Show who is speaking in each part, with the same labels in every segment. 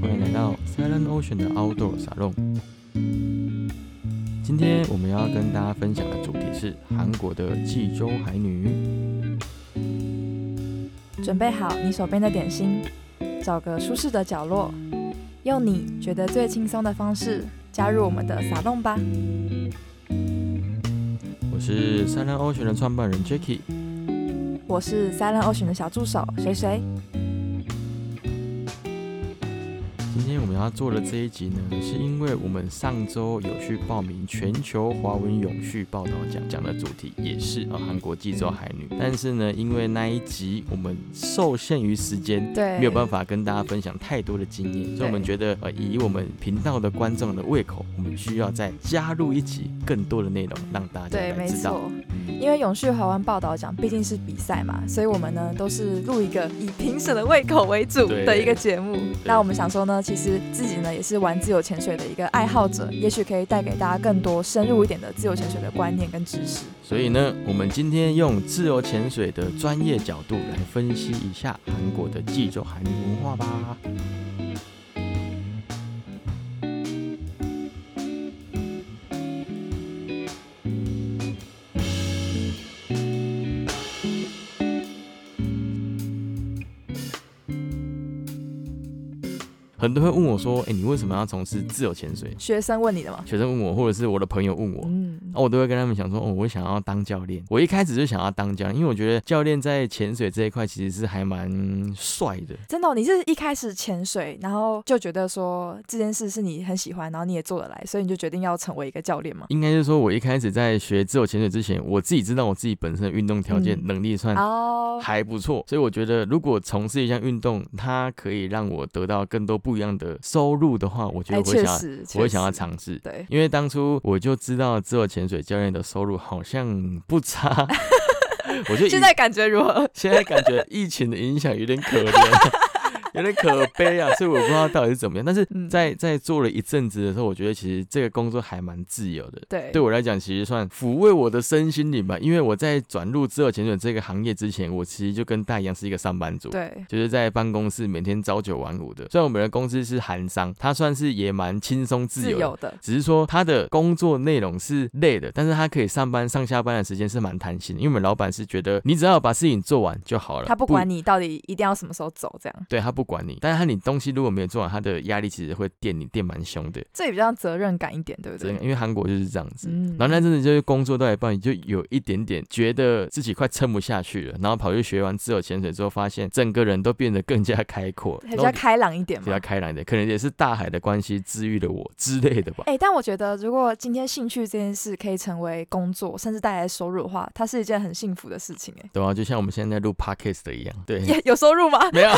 Speaker 1: 欢迎来到 Silent Ocean 的 Outdoor 沙龙。今天我们要跟大家分享的主题是韩国的济州海女。
Speaker 2: 准备好你手边的点心，找个舒适的角落，用你觉得最轻松的方式加入我们的撒弄吧。
Speaker 1: 我是 Silent Ocean 的创办人 Jacky。
Speaker 2: 我是 Silent Ocean 的小助手谁谁，
Speaker 1: 今天我们要做的这一集呢，是因为我们上周有去报名全球华文永续报道奖，讲的主题也是呃韩国济州海女。但是呢，因为那一集我们受限于时间，
Speaker 2: 对，
Speaker 1: 没有办法跟大家分享太多的经验，所以我们觉得呃，以我们频道的观众的胃口，我们需要再加入一集更多的内容，让大家
Speaker 2: 对，
Speaker 1: 来
Speaker 2: 没
Speaker 1: 知道。
Speaker 2: 错，
Speaker 1: 嗯
Speaker 2: 因为永续台湾报道奖毕竟是比赛嘛，所以我们呢都是录一个以评审的胃口为主
Speaker 1: 对
Speaker 2: 的一个节目。那我们想说呢，其实自己呢也是玩自由潜水的一个爱好者，也许可以带给大家更多深入一点的自由潜水的观念跟知识。
Speaker 1: 所以呢，我们今天用自由潜水的专业角度来分析一下韩国的济州韩女文化吧。很多人会问我说：“哎、你为什么要从事自由潜水
Speaker 2: 学生问你的吗？”？
Speaker 1: 学生问我，或者是我的朋友问我，
Speaker 2: 嗯
Speaker 1: 那、，我都会跟他们讲说，哦，我想要当教练。我一开始就想要当教练，因为我觉得教练在潜水这一块其实是还蛮帅的。
Speaker 2: 真的哦、你是一开始潜水，然后就觉得说这件事是你很喜欢，然后你也做得来，所以你就决定要成为一个教练吗？
Speaker 1: 应该是说，我一开始在学自由潜水之前，我自己知道我自己本身的运动条件、
Speaker 2: 嗯
Speaker 1: 能力算
Speaker 2: 哦，
Speaker 1: 还不错，所以我觉得如果从事一项运动，它可以让我得到更多不一样的收入的话，我觉得
Speaker 2: 哎，
Speaker 1: 我会
Speaker 2: 确
Speaker 1: 想要，
Speaker 2: 实，
Speaker 1: 我会想要
Speaker 2: 确实，
Speaker 1: 尝试。
Speaker 2: 对，
Speaker 1: 因为当初我就知道自由潜水教练的收入好像不差， 我就以
Speaker 2: 现在感觉如何？
Speaker 1: 现在感觉疫情的影响有点可怜，有点可悲 啊，所以我不知道到底是怎么样。但是
Speaker 2: 嗯
Speaker 1: 在在做了一阵子的时候，我觉得其实这个工作还蛮自由的。
Speaker 2: 对，
Speaker 1: 对我来讲，其实算抚慰我的身心灵吧。因为我在转入自由潜水这个行业之前，我其实就跟大一样是一个上班族，
Speaker 2: 对，
Speaker 1: 就是在办公室每天朝九晚五的。虽然我们的公司是韩商，它算是也蛮轻松自
Speaker 2: 自
Speaker 1: 由的，
Speaker 2: 由的，
Speaker 1: 只是说他的工作内容是累的，但是他可以上班上下班的时间是蛮弹性的，因为我们老板是觉得你只要把事情做完就好了，
Speaker 2: 他不管你到底一定要什么时候走，这样，
Speaker 1: 对他不管你，但是他你东西如果没有做完，他的压力其实会电你电蛮凶的，
Speaker 2: 这也比较责任感一点，对不
Speaker 1: 真
Speaker 2: 对
Speaker 1: 的，？因为韩国就是这样子。
Speaker 2: 嗯
Speaker 1: 然后那阵子就是工作到一半，你就有一点点觉得自己快撑不下去了，然后跑去学完自由潜水之后，发现整个人都变得更加开阔，
Speaker 2: 比
Speaker 1: 然后
Speaker 2: 较开朗一点
Speaker 1: 比
Speaker 2: 嘛
Speaker 1: 较。开朗一点，可能也是大海的关系治愈了我之类的吧。
Speaker 2: 哎、但我觉得，如果今天兴趣这件事可以成为工作，甚至带来收入的话，它是一件很幸福的事情、哎，
Speaker 1: 对啊，就像我们现在在录 podcast 的一样，对，
Speaker 2: 也 有收入吗？
Speaker 1: 没有，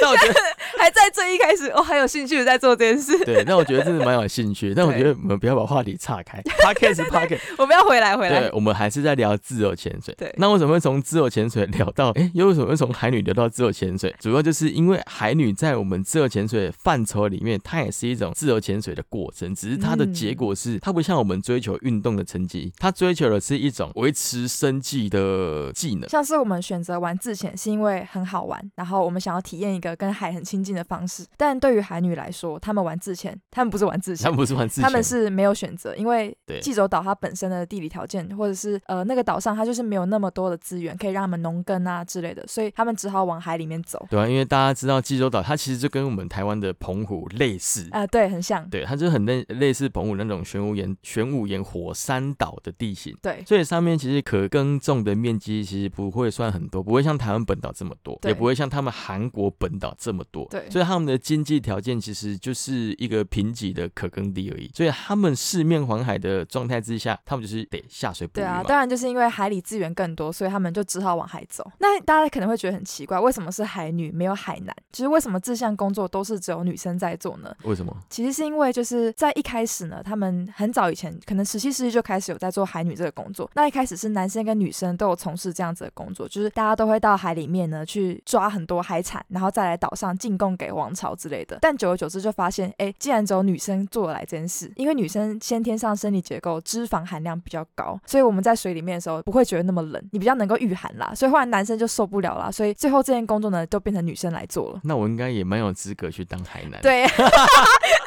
Speaker 1: 但我觉得
Speaker 2: 还在最一开始，哦，还有兴趣在做这件事。
Speaker 1: 对，但我觉得真的蛮有兴趣。但我觉得我们不要把话题岔开 ，podcast podcast，
Speaker 2: 我们要回来，回
Speaker 1: 对
Speaker 2: 来。
Speaker 1: 我们还是在聊自由潜水。
Speaker 2: 对
Speaker 1: 那为什么会从自由潜水聊到？哎，又为什么会从海女聊到自由潜水？主要就是因为海女在我们自由潜水范畴里面，它也是一种自由潜水的过程，只是它
Speaker 2: 嗯
Speaker 1: 的结果是，它不像我们追求运动的成绩，它追求的是一种维持生计的技能。
Speaker 2: 像是我们选择玩自潜，是因为很好玩，然后我们想要体验一个跟海很亲近的方式。但对于海女来说，她们玩自潜，她们不是玩自
Speaker 1: 他
Speaker 2: 潜，
Speaker 1: 们不是玩自
Speaker 2: 她
Speaker 1: 潜
Speaker 2: 们，是没有选择，因为
Speaker 1: 对
Speaker 2: 济州岛它本身的地理条件，或者是呃那个岛上它就是没有那么多的资源可以让他们农耕啊之类的，所以他们只好往海里面走。
Speaker 1: 对啊，因为大家知道济州岛，它其实就跟我们台湾的澎湖类似。
Speaker 2: 啊、对，很像，
Speaker 1: 对，它就很类类似澎湖那种玄武岩、玄武岩火山岛的地形，
Speaker 2: 对，
Speaker 1: 所以上面其实可耕种的面积其实不会算很多，不会像台湾本岛这么多，也
Speaker 2: 对
Speaker 1: 不会像他们韩国本岛这么多。
Speaker 2: 对
Speaker 1: 所以他们的经济条件其实就是一个贫瘠的可耕地而已。所以他们四面环海的状态之下，他们就是得下水捕鱼
Speaker 2: 对啊，
Speaker 1: 嘛。
Speaker 2: 当然就是因为海里资源更多，所以他们就只好往海走。那大家可能会觉得很奇怪，为什么是海女没有海男？就是为什么这项工作都是只有女生在做呢？
Speaker 1: 为什么？
Speaker 2: 其实是因为就是在一开始呢，他们很早以前，可能十七世纪就开始有在做海女这个工作。那一开始是男生跟女生都有从事这样子的工作，就是大家都会到海里面呢去抓很多海产，然后再再来岛上进贡给王朝之类的。但久而久之就发现，哎，既然只有女生做得来这件事，因为女生先天上生理结构脂肪含量比较高，所以我们在水里面的时候不会觉得那么冷，你比较能够御寒啦。所以后来男生就受不了啦，所以最后这件工作呢，都变成女生来做了。
Speaker 1: 那我应该也蛮有资格去当海南，，
Speaker 2: 对，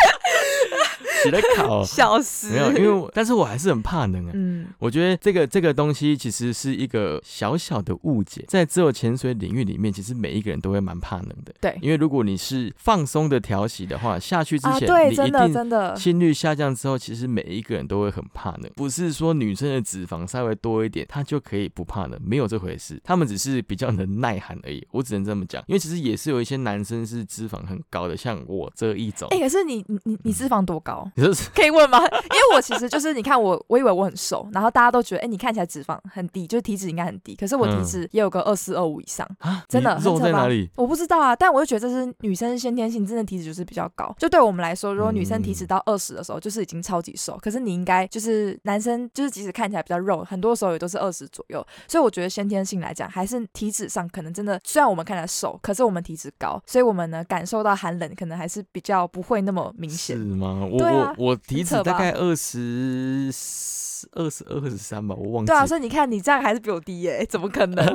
Speaker 1: 起来考哦
Speaker 2: 笑死。
Speaker 1: 没有，因为我但是我还是很怕冷啊。
Speaker 2: 嗯，
Speaker 1: 我觉得这个这个东西其实是一个小小的误解，在自由潜水领域里面，其实每一个人都会蛮怕冷的。
Speaker 2: 对
Speaker 1: 因为如果你是放松的调息的话，下去之
Speaker 2: 啊，
Speaker 1: 前、
Speaker 2: 对，
Speaker 1: 你一
Speaker 2: 真的
Speaker 1: 定
Speaker 2: 真的，
Speaker 1: 心率下降之后，其实每一个人都会很怕冷。不是说女生的脂肪稍微多一点，她就可以不怕冷，没有这回事。她们只是比较能耐寒而已，我只能这么讲。因为其实也是有一些男生是脂肪很高的，像我这一种。
Speaker 2: 哎、可是你你你你脂肪多高？
Speaker 1: 你说是
Speaker 2: 可以问吗？因为我其实就是你看我，我以为我很瘦，然后大家都觉得，哎、你看起来脂肪很低，就是体脂应该很低，可是我体
Speaker 1: 嗯
Speaker 2: 脂也有个二四二五以上。
Speaker 1: 啊，
Speaker 2: 真的
Speaker 1: 你
Speaker 2: 很
Speaker 1: 肉
Speaker 2: 扯
Speaker 1: 在
Speaker 2: 吧
Speaker 1: 哪里？
Speaker 2: 我不知道啊，但我就觉得这是女生先天性，真的体脂就是比较高。就对我们来说，如果女生体
Speaker 1: 嗯
Speaker 2: 脂到二十的时候，就是已经超级瘦。可是你应该就是男生，就是即使看起来比较肉，很多时候也都是二十左右。所以我觉得先天性来讲，还是体脂上可能真的，虽然我们看起来瘦，可是我们体脂高，所以我们呢感受到寒冷，可能还是比较不会那么明
Speaker 1: 是
Speaker 2: 显。
Speaker 1: 吗？我、
Speaker 2: 对啊
Speaker 1: 我我体
Speaker 2: 很
Speaker 1: 脂
Speaker 2: 扯
Speaker 1: 大
Speaker 2: 吧
Speaker 1: 概二十二十二十三吧，我忘记
Speaker 2: 对
Speaker 1: 了。
Speaker 2: 啊，所以你看你这样还是比我低耶、怎么可 能？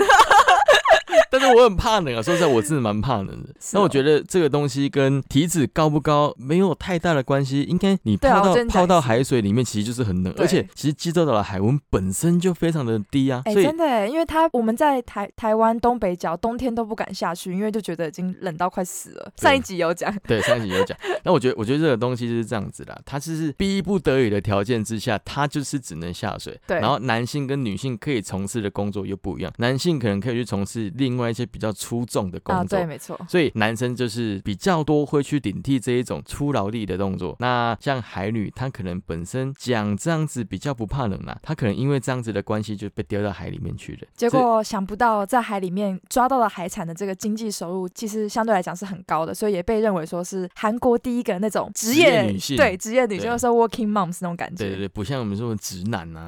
Speaker 1: 但是我很怕冷啊，说实在，我真的蛮怕冷的。
Speaker 2: 是
Speaker 1: 那我
Speaker 2: 哦
Speaker 1: 觉得这个东西跟体脂高不高没有太大的关系，应该你
Speaker 2: 对
Speaker 1: 泡
Speaker 2: 啊我
Speaker 1: 到、
Speaker 2: 真的
Speaker 1: 泡
Speaker 2: 讲
Speaker 1: 到
Speaker 2: 也
Speaker 1: 海水里面，其实就是很冷，
Speaker 2: 对
Speaker 1: 而且其实济州岛的海温本身就非常的低啊，
Speaker 2: 哎、
Speaker 1: 所以
Speaker 2: 真的耶，因为他我们在台台湾东北角冬天都不敢下去，因为就觉得已经冷到快死了。
Speaker 1: 对
Speaker 2: 上一集有讲，
Speaker 1: 对，上一集有讲。那我觉得，我觉得这个东西就是这样子啦，它就是逼不得已的条件之下，它就是只能下水。
Speaker 2: 对
Speaker 1: 然后男性跟女性可以从事的工作又不一样，男性可能可以去从事另外一些比较出众的
Speaker 2: 啊，
Speaker 1: 工作。
Speaker 2: 对，没错，
Speaker 1: 所以男生就是比较多会去顶替这一种出劳力的动作。那像海女，她可能本身讲这样子比较不怕冷啦、她可能因为这样子的关系就被丢到海里面去了。
Speaker 2: 结
Speaker 1: 所以
Speaker 2: 果想不到在海里面抓到了海产的这个经济收入，其实相对来讲是很高的，所以也被认为说是韩国第一个那种职
Speaker 1: 职业
Speaker 2: 业
Speaker 1: 女性
Speaker 2: 对职业女性，
Speaker 1: 对
Speaker 2: 就是 working moms 那种感觉，
Speaker 1: 对对对，不像我们说的直男 呐、啊，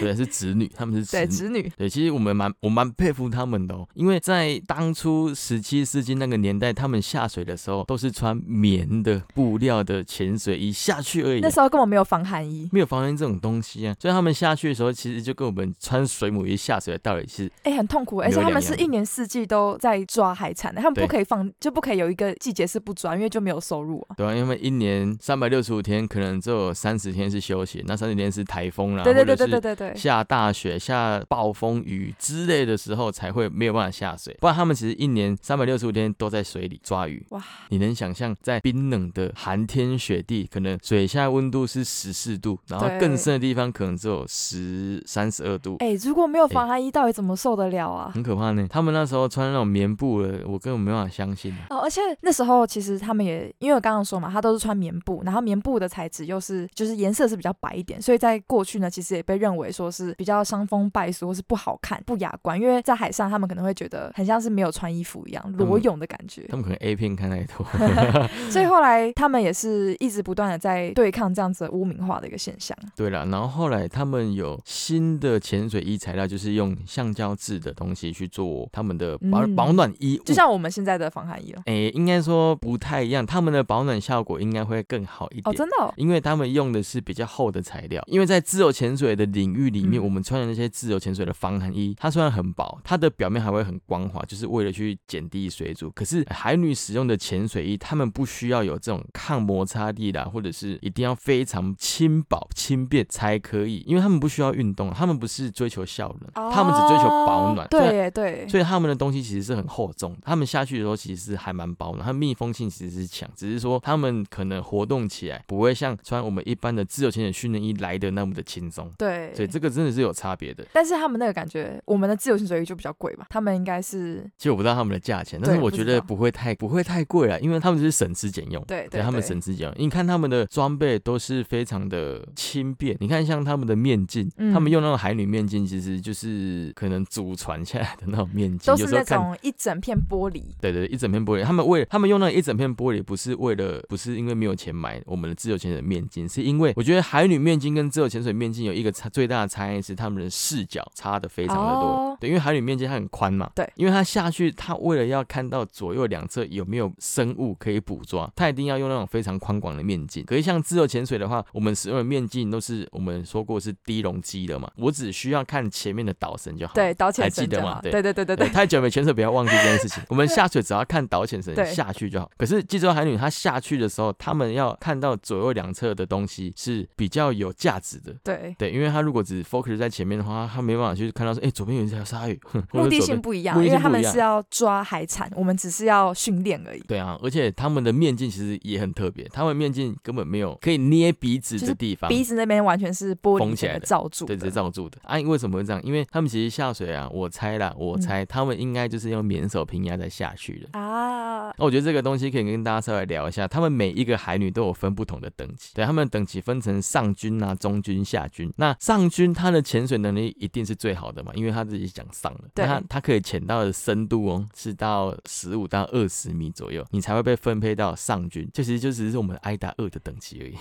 Speaker 1: 对，是直女，他们是直
Speaker 2: 对
Speaker 1: 女。
Speaker 2: 直女，
Speaker 1: 对，其实我们蛮我蛮佩服他们的哦，因为在当初十七世纪那个年代，他们下水的时候都是穿棉的布料的潜水衣下去而已
Speaker 2: 那，时候根本没有防寒衣，
Speaker 1: 没有防寒这种东西啊，所以他们下去的时候，其实就跟我们穿水母衣下水的道理是
Speaker 2: 哎、很痛苦，
Speaker 1: 没
Speaker 2: 而且
Speaker 1: 有
Speaker 2: 他
Speaker 1: 两
Speaker 2: 们
Speaker 1: 样
Speaker 2: 是一年四季都在抓海产的，他们
Speaker 1: 对
Speaker 2: 不可以放，就不可以有一个季节是不抓，因为就没有收入啊。
Speaker 1: 对啊，因为他们一年三百六十五天，可能只有三十天是休息，那三十天是台风啦，
Speaker 2: 对对对对
Speaker 1: 啊或者
Speaker 2: 对
Speaker 1: 是
Speaker 2: 对对，
Speaker 1: 下大雪、下暴风雨之类的时候才会没有办法下水，不然他们其实一年三百六十五天都在水里抓鱼。
Speaker 2: 哇，
Speaker 1: 你能想象在冰冷的寒天雪地，可能水下温度是十四度，然后
Speaker 2: 对
Speaker 1: 更深的地方可能只有十三十二度。
Speaker 2: 哎、如果没有防寒衣，到底怎么受得了啊？
Speaker 1: 很可怕呢，他们那时候穿那种棉布的，我根本没办法相信啊。
Speaker 2: 哦，而且那时候其实他们也，因为我刚刚说嘛，他都是穿棉布，然后棉布的材质又是就是颜色是比较白一点，所以在过去呢，其实也被认为说是比较伤风败俗，或是不好看、不雅观，因为在海上他们可能会觉得很像是没有穿衣服一样，
Speaker 1: 嗯
Speaker 2: 裸泳的感觉
Speaker 1: 他。们可能 A 片看太多，
Speaker 2: 所以后来他们也是一直不断的在对抗这样子的污名化的一个现象。
Speaker 1: 对了，然后后来他们有新的潜水衣材料，就是用橡胶制的东西去做他们的保、
Speaker 2: 嗯
Speaker 1: 保暖衣物，
Speaker 2: 就像我们现在的防寒衣了。哦
Speaker 1: 诶，应该说不太一样，他们的保暖效果应该会更好一点。
Speaker 2: 哦，真的、哦，
Speaker 1: 因为他们用的是比较厚的材料，因为在自由潜水的领域里面，
Speaker 2: 嗯
Speaker 1: 我们穿的那些自由潜水的防寒衣，它虽然很薄，它的表面还会很光滑，就是为了去减低水阻。可是海女使用的潜水衣，她们不需要有这种抗摩擦力啦，或者是一定要非常轻薄轻便才可以，因为她们不需要运动，她们不是追求效能，她们只追求保暖。所以
Speaker 2: 哦对耶对，
Speaker 1: 所以他们的东西其实是很厚重，他们下去的时候其实是还蛮薄的，它密封性其实是强，只是说他们可能活动起来不会像穿我们一般的自由潜水训练衣来的那么的轻松，
Speaker 2: 对，
Speaker 1: 所以这个真的是有差别的。
Speaker 2: 但是他们那个感觉，我们的自由潜水衣就比较贵吧？他们应该是
Speaker 1: 其实我不知道他们的价钱，但
Speaker 2: 对
Speaker 1: 是我
Speaker 2: 不
Speaker 1: 觉
Speaker 2: 知
Speaker 1: 得
Speaker 2: 道
Speaker 1: 不会太不会太贵啊，因为他们就是省吃俭用。
Speaker 2: 对
Speaker 1: 对他们省吃俭用，你看他们的装备都是非常的轻便。你看像他们的面镜，
Speaker 2: 嗯
Speaker 1: 他们用那种海女面镜，其实就是可能祖传下来的那种面镜，
Speaker 2: 都
Speaker 1: 有
Speaker 2: 是
Speaker 1: 时候
Speaker 2: 那
Speaker 1: 看
Speaker 2: 种一整片玻璃。
Speaker 1: 对对，对一整片玻璃，他们为他们用那一整片玻璃，不是为了，不是因为没有钱买我们的自由潜水面镜，是因为我觉得海女面镜跟自由潜水面镜有一个差最大的差异是他们的视角差的非常的多。
Speaker 2: 哦
Speaker 1: 对，因为海女面镜它很宽嘛，
Speaker 2: 对，
Speaker 1: 因为他下去，他为了要看到左右两侧有没有生物可以捕捉，啊他一定要用那种非常宽广的面镜。可是像自由潜水的话，我们使用的面镜都是我们说过是低容积的嘛，我只需要看前面的导绳就好。
Speaker 2: 对，导
Speaker 1: 哦还
Speaker 2: 潜
Speaker 1: 记
Speaker 2: 绳
Speaker 1: 得
Speaker 2: 就
Speaker 1: 吗
Speaker 2: 好。
Speaker 1: 对
Speaker 2: 对对对对
Speaker 1: 对，
Speaker 2: 对，
Speaker 1: 太久没潜水，不要忘记这件事情。我们下水只要看导潜绳
Speaker 2: 对
Speaker 1: 下去就好。可是济州海女她下去的时候，他们要看到左右两侧的东西是比较有价值的。
Speaker 2: 对，
Speaker 1: 对，因为她如果只 focus 在前面的话，她没办法去看到说，哎、左边有一条鲨鱼， 哼 或
Speaker 2: 目
Speaker 1: 者左
Speaker 2: 的
Speaker 1: 边
Speaker 2: 性不一样
Speaker 1: 目，的
Speaker 2: 因为
Speaker 1: 性
Speaker 2: 他
Speaker 1: 不
Speaker 2: 们
Speaker 1: 一样
Speaker 2: 是要抓海产，我们只是要训练而已。
Speaker 1: 对啊，而且他们的面镜其实也很特别，他们面镜根本没有可以捏鼻子
Speaker 2: 就
Speaker 1: 的
Speaker 2: 是
Speaker 1: 地方，
Speaker 2: 鼻子那边完全是玻
Speaker 1: 啊封
Speaker 2: 璃
Speaker 1: 起来
Speaker 2: 整个
Speaker 1: 的
Speaker 2: 罩住
Speaker 1: 对，直接
Speaker 2: 的，
Speaker 1: 罩住的。啊，为什么会这样？因为他们其实下水啊，我猜啦，我
Speaker 2: 嗯
Speaker 1: 猜他们应该就是用免手平压在下去的。
Speaker 2: 啊，
Speaker 1: 那我觉得这个东西可以跟大家稍微聊一下，他们每一个海女都有分不同的等级，对，他们等级分成上军啊、中军、下军。那上军他的潜水能力一定是最好的嘛，因为他自己讲上了，
Speaker 2: 对
Speaker 1: 那他他可以潜到的深度哦是到十五到二十米左右，你才会被分配到上军，这其实就只是我们挨打二的等级而 已。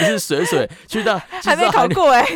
Speaker 1: 就是水水去到
Speaker 2: 还没
Speaker 1: 去到
Speaker 2: 考
Speaker 1: 海女，
Speaker 2: 过哎，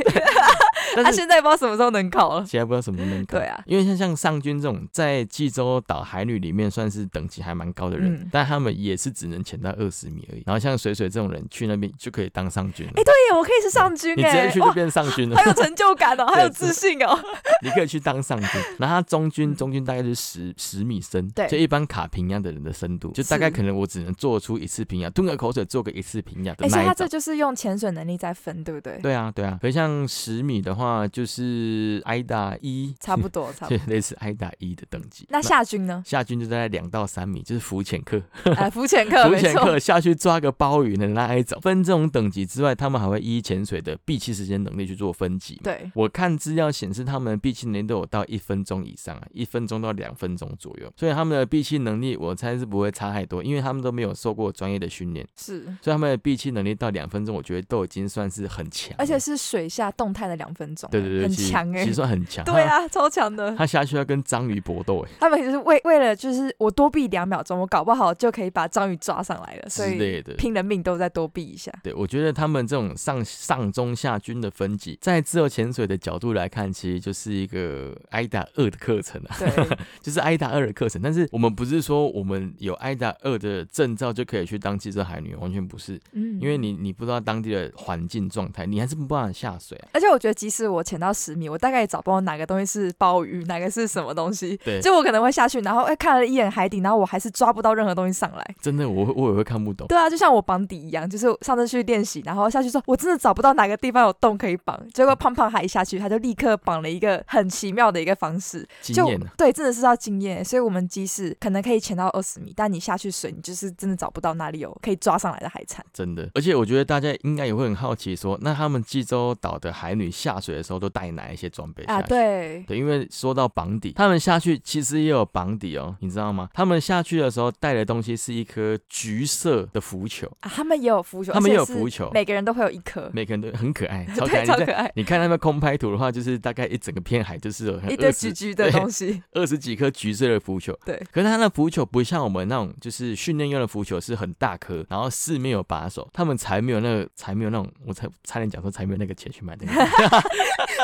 Speaker 2: 他
Speaker 1: 但是
Speaker 2: 现在不知道什么时候能 考了。
Speaker 1: 现在不知道什么能考。
Speaker 2: 对啊
Speaker 1: 因为像像上军这种在济州岛海女里面算是等级还蛮高的人，
Speaker 2: 嗯
Speaker 1: 但他们也是只能潜到二十米而已。然后像水水这种人去那边就可以当上军了，
Speaker 2: 哎，对耶，我可以 是上军
Speaker 1: 你直接
Speaker 2: 哎
Speaker 1: 去，就
Speaker 2: 哇，
Speaker 1: 变上军了
Speaker 2: 好，有成就感 哦，好有自信哦。
Speaker 1: 你可以去当上军。然后他中军中军大概就是十十米深，
Speaker 2: 对
Speaker 1: 就一般卡平压的人的深度，就大概
Speaker 2: 是
Speaker 1: 可能我只能做出一次平压，吞个口水做个一次平压的
Speaker 2: 哎，所
Speaker 1: 那
Speaker 2: 以
Speaker 1: 一
Speaker 2: 他
Speaker 1: 种
Speaker 2: 这。就是用潜水能力在分，对不对？
Speaker 1: 对啊，对啊，可是像十米的话，就是挨打一，
Speaker 2: 差不多，差不
Speaker 1: 就
Speaker 2: 多。
Speaker 1: 类似挨打一的等级。？
Speaker 2: 那下军呢
Speaker 1: 下军就在两到三米，就是浮潜客，
Speaker 2: 哎，浮潜 课，
Speaker 1: 浮
Speaker 2: 没
Speaker 1: 潜
Speaker 2: 错，
Speaker 1: 客下去抓个鲍鱼的那一种。分这种等级之外，他们还会依潜水的闭气时间能力去做分级嘛。
Speaker 2: 对，
Speaker 1: 我看资料显示，他们的闭气能力都有到一分钟以上
Speaker 2: 嗯
Speaker 1: 啊，一分钟到两分钟左右，所以他们的闭气能力我猜是不会差太多，因为他们都没有受过专业的训练，
Speaker 2: 是，
Speaker 1: 所以他们的闭气能力到两分钟，我觉得都已经算是很强了，
Speaker 2: 而且是水下动态的两分钟，
Speaker 1: 对对对，
Speaker 2: 很
Speaker 1: 其实
Speaker 2: 强哎
Speaker 1: 其实。算很强。
Speaker 2: 对啊，超强的
Speaker 1: 他，。他下去要跟章鱼搏斗哎、
Speaker 2: 他们就是为为了就是我多避两秒钟，我搞不好就可以把章鱼抓上来了，所
Speaker 1: 之
Speaker 2: 以
Speaker 1: 类的。
Speaker 2: 拼了命都在多避一下。
Speaker 1: 对，我觉得他们这种上上中下军的分级，在自由潜水的角度来看，其实就是一个挨打二的课程啊，
Speaker 2: 对，
Speaker 1: 就是挨打二的课程。但是我们不是说我们有挨打二的证照就可以去当汽车海女，完全不是，
Speaker 2: 嗯，
Speaker 1: 因为你你不知道当地的环境状态，你还是没办法下水啊。
Speaker 2: 而且我觉得，即使我潜到十米，我大概也找不到哪个东西是鲍鱼，哪个是什么东西。
Speaker 1: 对
Speaker 2: 就我可能会下去，然后哎、看了一眼海底，然后我还是抓不到任何东西上来。
Speaker 1: 真的，我会我也会看不懂。
Speaker 2: 对啊，就像我绑底一样，就是上次去练习，然后下去说，我真的找不到哪个地方有洞可以绑。结果胖胖他一下去，他就立刻绑了一个很奇妙的一个方式，
Speaker 1: 经
Speaker 2: 就
Speaker 1: 验啊，
Speaker 2: 对，真的是要经验。所以我们即使可能可以潜到二十米，但你下去水，你就是真的找不到哪里有可以抓上来的海产。
Speaker 1: 真的。而且我觉得大家应该也会很好奇说那他们济州岛的海女下水的时候都带哪一些装备下
Speaker 2: 啊，
Speaker 1: 去
Speaker 2: 对，
Speaker 1: 对，因为说到绑底，他们下去其实也有绑底哦，你知道吗？他们下去的时候带的东西是一颗橘色的浮球，
Speaker 2: 啊，他们也有浮球，
Speaker 1: 他们
Speaker 2: 而
Speaker 1: 也
Speaker 2: 且
Speaker 1: 有
Speaker 2: 是
Speaker 1: 浮球
Speaker 2: 每个人都会有一颗，
Speaker 1: 每个人都很可爱，超可爱。你
Speaker 2: 对，超
Speaker 1: 在
Speaker 2: 可爱，
Speaker 1: 你看他们空拍图的话，就是大概一整个片海就是有很
Speaker 2: 一堆
Speaker 1: 二
Speaker 2: 橘
Speaker 1: 十
Speaker 2: 橘的
Speaker 1: 对
Speaker 2: 东西，
Speaker 1: 二十几颗橘色的浮球。
Speaker 2: 对，
Speaker 1: 可是它的浮球不像我们那种，就是训练用的浮球是很大颗，然后四面有把手，他们才没有那个，才没有那种，我才差点讲说才没有那个钱去买那个。